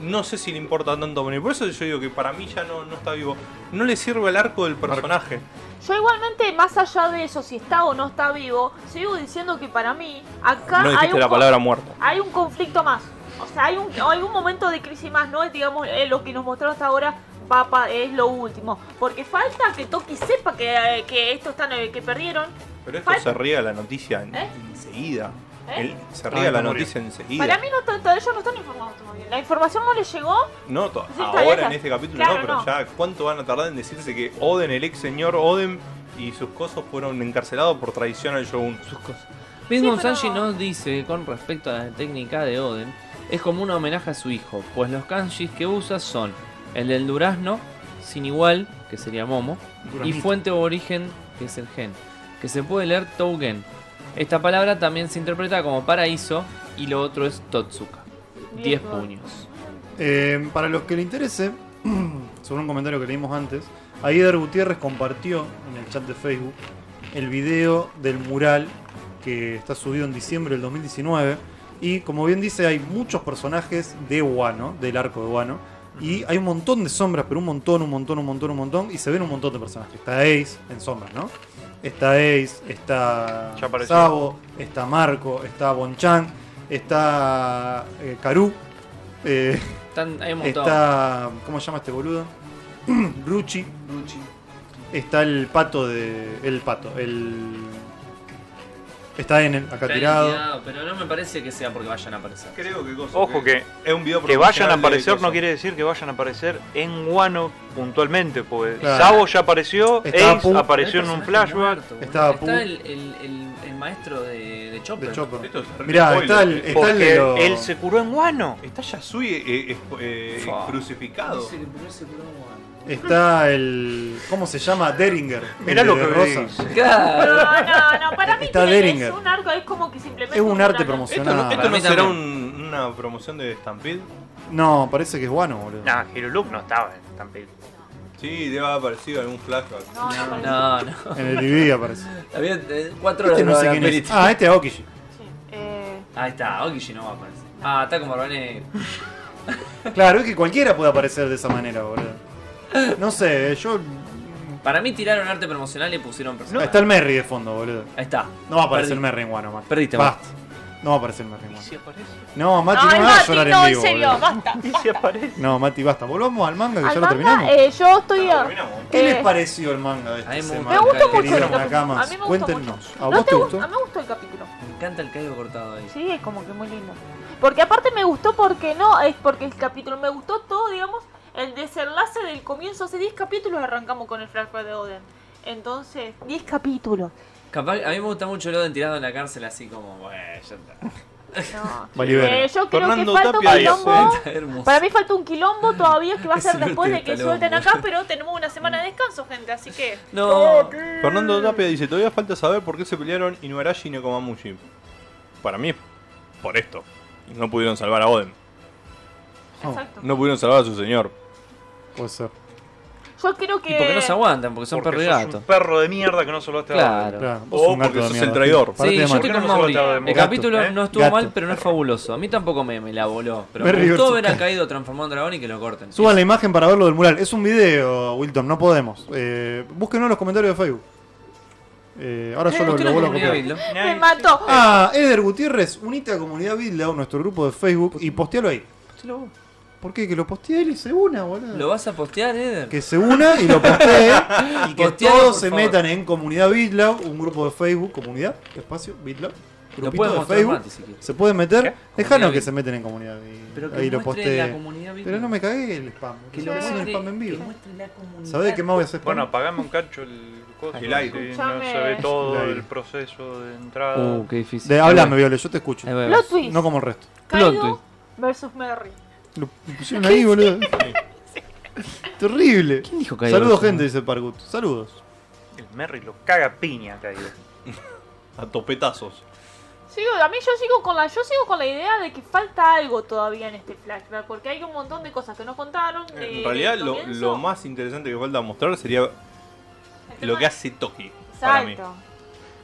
no sé si le importa tanto a Bonnie. Por eso yo digo que para mí ya no, no está vivo. No le sirve el arco del personaje. Yo igualmente, más allá de eso, si está o no está vivo, sigo diciendo que para mí, acá No hay, dijiste un la con- palabra muerto. hay un conflicto más. O sea, hay un, hay un momento de crisis más, no es, digamos, eh, lo que nos mostraron hasta ahora va pa- es lo último. Porque falta que Toki sepa que, eh, que esto están, eh, que perdieron. Pero esto Falta- se riega la noticia en- ¿Eh? enseguida. ¿Eh? El- se Ay, riega no la murió. noticia enseguida. Para mí, no, to- todavía ellos no están informados todavía. La información no les llegó. No, to- Sí, está ahora bien. en este capítulo Claro, no, pero no. ya cuánto van a tardar en decirse que Oden, el ex señor Oden y sus cosas fueron encarcelados por traición al Shogun. Sus cosas. Vince Sí, Gonsanji pero- nos dice, con respecto a la técnica de Oden, es como un homenaje a su hijo, pues los kanjis que usa son el del durazno, sin igual, que sería Momo, y Duraznito. fuente o origen, que es el gen, que se puede leer Tougen. Esta palabra también se interpreta como paraíso y lo otro es Totsuka. 10 Bien, bueno. puños. Eh, para los que le interese, [CLEARS THROAT] sobre un comentario que leímos antes, Aider Gutiérrez compartió en el chat de Facebook el video del mural que está subido en diciembre del 2019. Y como bien dice, hay muchos personajes de Wano, del arco de Wano. Y hay un montón de sombras, pero un montón, un montón, un montón, un montón. Y se ven un montón de personajes. Está Ace en sombras, ¿no? Está Ace, está Ya apareció. Sabo, está Marco, está Bonchan, está eh, Karu. eh, Están, hay un montón. Está. ¿Cómo se llama este boludo? [CLEARS THROAT] Ruchi. Está el pato de. El pato. El. Está en acá Está tirado. identificado, Pero no me parece que sea porque vayan a aparecer. Creo que cosa, Ojo que es un video que vayan a promocional de aparecer cosa. no quiere decir que vayan a aparecer en Guano puntualmente, pues Claro. Sabo ya apareció, Está Ace Pu- apareció en Hay un personajes flashback. muertos, Estaba boludo. Pu- Está el, el- el- el maestro de, de Chopper. De Chopper. Esto es Mirá, spoiler. está el. Está el Porque de los- él se curó en Guano. Está Yasui eh, eh, eh, Fa. crucificado. Dice que primero se curó Wano. Está el. ¿Cómo se llama? Deringer. el Mirá lo de que Rosa. dice. Claro. [LAUGHS] No, no, no, para mí Está tiene- Deringer. es un arco, es como que simplemente. Es un arte mural. Esto, no- promocional. esto para no mí será también. un- una promoción de Stampede. No, parece que es Guano, boludo. Nah, Hiruluk no estaba en Stampede. Sí, debe haber aparecido algún flashback. No, no, para mí No, no. En el DVD aparece. Había eh, cuatro horas Este no de sé quién es. Ah, este es Aokiji. sí. Eh, Ahí está, Okishi no va a aparecer. Ah, está como Barbané. Claro, es que cualquiera puede aparecer de esa manera, boludo. No sé, eh, yo. Para mí tiraron arte promocional y pusieron personaje. Está el Merry de fondo, boludo. Ahí está. No va a aparecer Perdí. Merry en Guano, Mati. Perdiste, Basta. No va a aparecer Mati. ¿Y si aparece? No, Mati no, no, es va a Mati, llorar no, en en vivo. serio, boludo. basta. ¿Y si aparece? No, Mati, basta. Volvamos al manga que ya Al lo terminamos. manga, eh, yo estoy. a- terminamos. ¿Qué les eh, pareció el manga de a mí esta me gustó semana? mucho, me gustó queridos mucho. nakamas? A mí me gustó Cuéntenos. ¿A ¿No vos te te gu- gustó? A mí me gustó el capítulo. Me encanta el caigo cortado ahí. Sí, es como que muy lindo. Porque aparte me gustó porque no, es porque el capítulo me gustó todo, digamos, el desenlace del comienzo. Hace 10 capítulos arrancamos con el flashback de Oden. Entonces, 10 capítulos. Capaz, a mí me gusta mucho el Oden tirado en la cárcel así como, bueno, ya [LAUGHS] está. No. Valivera. Eh, yo creo Fernando que falta Tapia un y quilombo. Está hermoso. Para mí falta un quilombo todavía [LAUGHS] que va a Es ser el después de último que quilombo. suelten acá, pero tenemos una semana de descanso, gente, así que. No. Fernando Tapia dice, todavía falta saber por qué se pelearon Inuarashi y Nekomamushi. Para mí, por esto. Y no pudieron salvar a Oden. Exacto. No pudieron salvar a su señor. Puede ser. Yo creo que. Y porque no se aguantan, porque son Porque perro y sos gato. un perro de mierda que no salvaste a Claro. Claro, vos O un gato porque de sos mierda. el traidor. Sí, Parate de yo marcar. estoy ¿Por qué con no se Mauri. votaba de El Gato, capítulo eh? no estuvo Gato. mal, pero no es fabuloso. A mí tampoco me, me la voló. Pero Me me río gustó su ver cara. a Kaido transformado en dragón y que lo corten. Suban la imagen para verlo del mural. Es un video, Wilton, no podemos. Eh, búsquenlo en los comentarios de Facebook. Eh, ahora yo lo, Usted lo no vuelvo a comunidad copiar. Bildo. Me mató. Ah, Eder Gutiérrez, unite a Comunidad Bildown, nuestro grupo de Facebook, y postealo ahí. ¿Por qué? Que lo postee él y se una, boludo. ¿Lo vas a postear, Eder? Que se una y lo [LAUGHS] postee y que Postealo, todos por se favor. metan en Comunidad BitLab, un grupo de Facebook, Comunidad, espacio, BitLab, Lo grupito puedes de mostrar Facebook. Mati, si quieres. Se pueden meter, ¿Qué? dejanos Comunidad que Beat. se meten en Comunidad y Pero que ahí lo muestre postee. la comunidad Bildo. Pero no me cagué el spam, Que que lo lo Sí. hacen el muestre, spam en que vivo. muestre la comunidad. ¿Sabés qué más voy a hacer spam? Bueno, apagame un cacho el coso, El aire. así No se ve todo El aire. el proceso de entrada. Uh, qué difícil. De, hablame, Viole, yo te escucho. Ahí va, ahí va. Plot twist. No como el resto. Plot Kaido twist. versus Merry. Lo pusieron ahí, [LAUGHS] boludo. Terrible. ¿Quién dijo Kaido? Saludos, gente, dice Pargut. Saludos. El Merry lo caga piña, caído. A topetazos. Sigo, a mí yo sigo con la yo sigo con la idea de que falta algo todavía en este flashback porque hay un montón de cosas que no contaron. de- En realidad, del lo, comienzo. lo más interesante que falta mostrar sería El tema lo que de- hace Toki. Para mí. Este Exacto.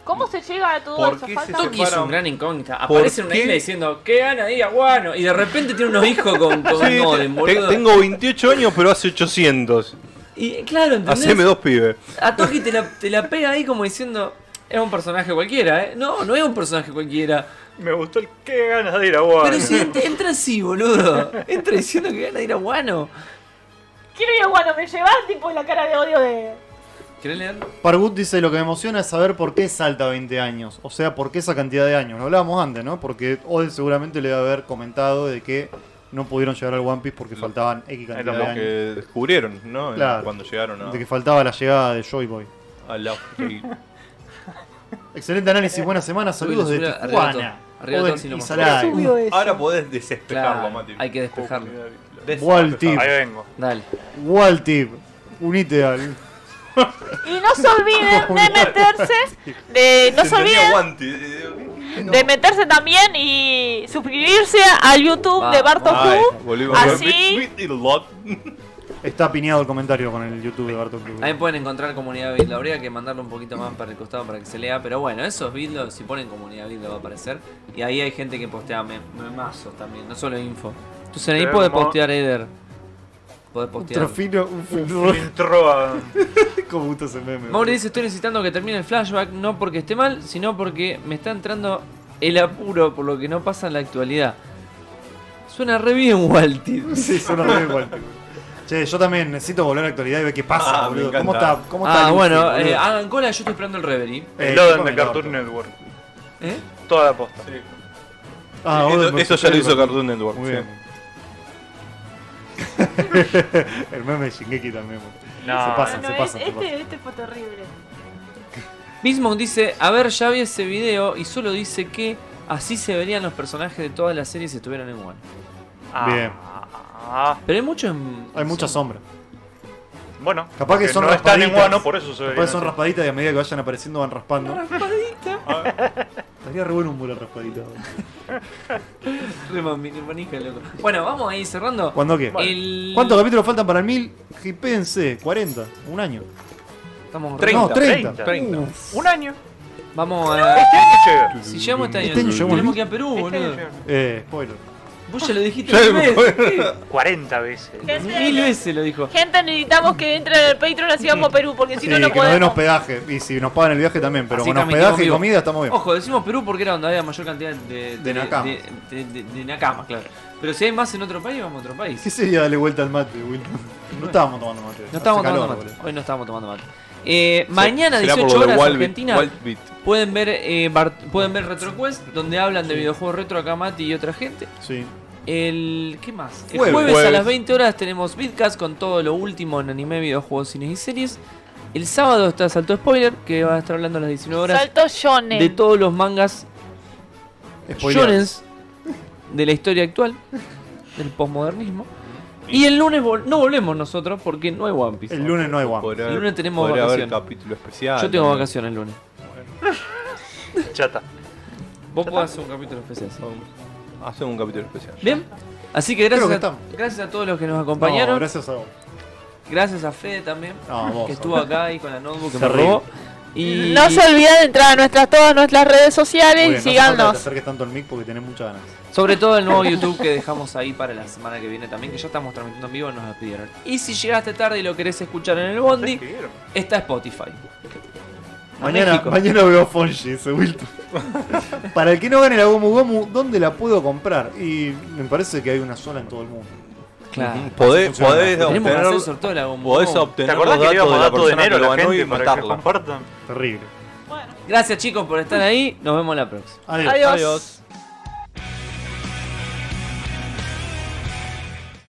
¿Cómo se llega a todo ¿Por eso? qué Falta- se- Toki es Para- un gran incógnita. Aparece en una qué? isla diciendo, ¿qué gana ahí, guano? Y de repente tiene unos hijos con, con Sí, modem, te- boludo. tengo 28 años, pero hace 800. Y claro, ¿entendés? Haceme dos pibes. A Toki te la, te la pega ahí como diciendo, es un personaje cualquiera, ¿eh? No, no es un personaje cualquiera. Me gustó el que ganas de ir a Guano. Pero si ent- entra así, boludo. Entra diciendo que gana ir a Guano. Quiero ir a Guano, me llevas tipo la cara de odio de. ¿Querés leer? Pargut dice, lo que me emociona es saber por qué salta 20 años. O sea, por qué esa cantidad de años. Lo hablábamos antes, ¿no? Porque Oden seguramente le debe haber comentado de que no pudieron llegar al One Piece porque faltaban X cantidad Ahí de Lo que años. descubrieron, ¿no? Claro. Cuando llegaron a, De que faltaba la llegada de Joy Boy. [LAUGHS] a la. que- Excelente análisis, buena semana. Saludos de Subilo, subilo, arriba Tijuana. todo. Arriba Oden todo, si lo y mostrás. Sarai. Subió eso. Ahora podés desespejarlo, Claro, Mati. hay que despejarlo. Des- Waltip. Ahí vengo. Dale. Waltip. Unite al... Y no se olviden de meterse. De, no se Tenía olviden guante, eh, de meterse también y suscribirse al YouTube de Barto Ay, Q. volvimos así- Bit- bit- bit- lot. Está piñado el comentario con el YouTube de Bartok Club. Ahí pueden encontrar comunidad Bildo. Habría que mandarlo un poquito más para el costado para que se lea. Pero bueno, esos Bildo, si ponen comunidad Bildo va a aparecer. Y ahí hay gente que postea mem- memazos también, no solo info. Entonces ahí Pero podés como- postear Eder. Podés Un postear. trofino, un Entró a. [LAUGHS] Como gusta ese meme. Mauri dice, estoy necesitando que termine el flashback, no porque esté mal, sino porque me está entrando el apuro por lo que no pasa en la actualidad. Suena re bien, [LAUGHS] Walti. Sí, suena [LAUGHS] re igual. Che, yo también necesito volver a la actualidad y ver qué pasa, Ah, me boludo. encanta. ¿Cómo está? ¿Cómo está Ah, Luffy, bueno, boludo? eh, hagan cola, yo estoy esperando el Reverie. Eh, El Oden chupame de el Cartoon orto. Network. ¿Eh? Toda la posta. Ah, Esto- Oden esto versus ya lo hizo Cartoon. Cartoon Network. Muy sí. bien. [LAUGHS] el meme de Shingeki también, boludo. No. Se pasan, No, se es- pasan, se pasan. este, este fue terrible. Mismo dice, a ver, ya vi ese video y solo dice que así se verían los personajes de todas las series si estuvieran en One. Ah. Bien. Ah. Pero hay mucho en... Hay mucha sombra. Bueno, Capaz que porque son no están en raspaditas. Guano, por eso se ve. Capaz son raspaditas y a medida que vayan apareciendo van raspando. Ah. Estaría re bueno un mural raspadito. boludo. [LAUGHS] Re mami- manija, loco. Bueno, vamos a ir cerrando. ¿Cuándo qué? El- ¿Cuántos capítulos faltan para el 1000? Hipéense, 40, un año. Estamos re- Treinta. no, 30. 30. Un año. Vamos a... Este año llega. Uh. Si llegamos este año, Este año llegamos tenemos al que ir a Perú, Este año boludo. llega. Eh, spoiler. Vos ya lo dijiste Ya mil me- veces. sí. 40 veces. ¿Qué? Mil veces lo dijo. Gente, necesitamos que entren al Patreon así vamos a Perú, porque si no, Sí, no que nos den podemos. hospedaje. Y si nos pagan el viaje también, pero Así con transmitimos hospedaje y vivo. comida estamos bien. Ojo, decimos Perú porque era donde había mayor cantidad de, De nakamas. de, de- de- de nakamas, claro. Pero si hay más en otro país, vamos a otro país. ¿Qué sería darle vuelta al mate, Will? No estábamos tomando mate. No estábamos Hace tomando calor, mate. boludo. Hoy no estábamos tomando mate. Eh, mañana, Será por 18 lo de horas, Wall Beat- Argentina. Wall Beat. Pueden ver, eh, Bart- pueden ver RetroQuest, donde hablan de videojuegos retro acá Mati y otra gente. Sí. El. ¿Qué más? El Jueves. jueves, a Jueves. las 20 horas tenemos Vidcast con todo lo último en anime, videojuegos, cines y series. El sábado está Salto Spoiler, que va a estar hablando a las 19 horas Salto Shonen. de todos los mangas Spoiler. shonens de la historia actual, del posmodernismo. Y el lunes vol- no volvemos nosotros porque no hay One Piece. El lunes Ah, no hay guan. Podría El haber- lunes tenemos podría haber vacaciones. capítulo especial. Yo tengo también. vacaciones el lunes. Chata. Vos podés hacer un capítulo especial. sí. Hacer Ah, un capítulo especial. Bien. Así que Creo gracias, que a, estamos. gracias a todos los que nos No, acompañaron. gracias. gracias a vos. a Fede también, No, vos. que estuvo acá y con la notebook que me Terrible. robó. Y No se olviden de entrar a nuestras, todas nuestras redes sociales Muy bien, y no hace falta que te síganos. acerques tanto al mic porque tenés muchas ganas. sobre todo el nuevo YouTube que dejamos ahí para la semana que viene también, que ya estamos transmitiendo en vivo, nos la pidieron. Y si llegaste tarde y lo querés escuchar en el Bondi, está Spotify. A Mañana, México. mañana veo Fonji, ese Wilton. [LAUGHS] Para el que no gane la Gomu Gomu, ¿dónde la puedo comprar? Y me parece que hay una sola en todo el mundo. Claro. Ujú. Podés, Funciona. podés Tenemos que hacer el obtener, sorteo de la bomba. podés ¿Te obtener los acordás que le datos íbamos de a la dar todo de persona enero que a la lo ganó y gente para que matarla. compartan? Terrible. Gracias chicos por estar ahí. Nos vemos la próxima. Adiós.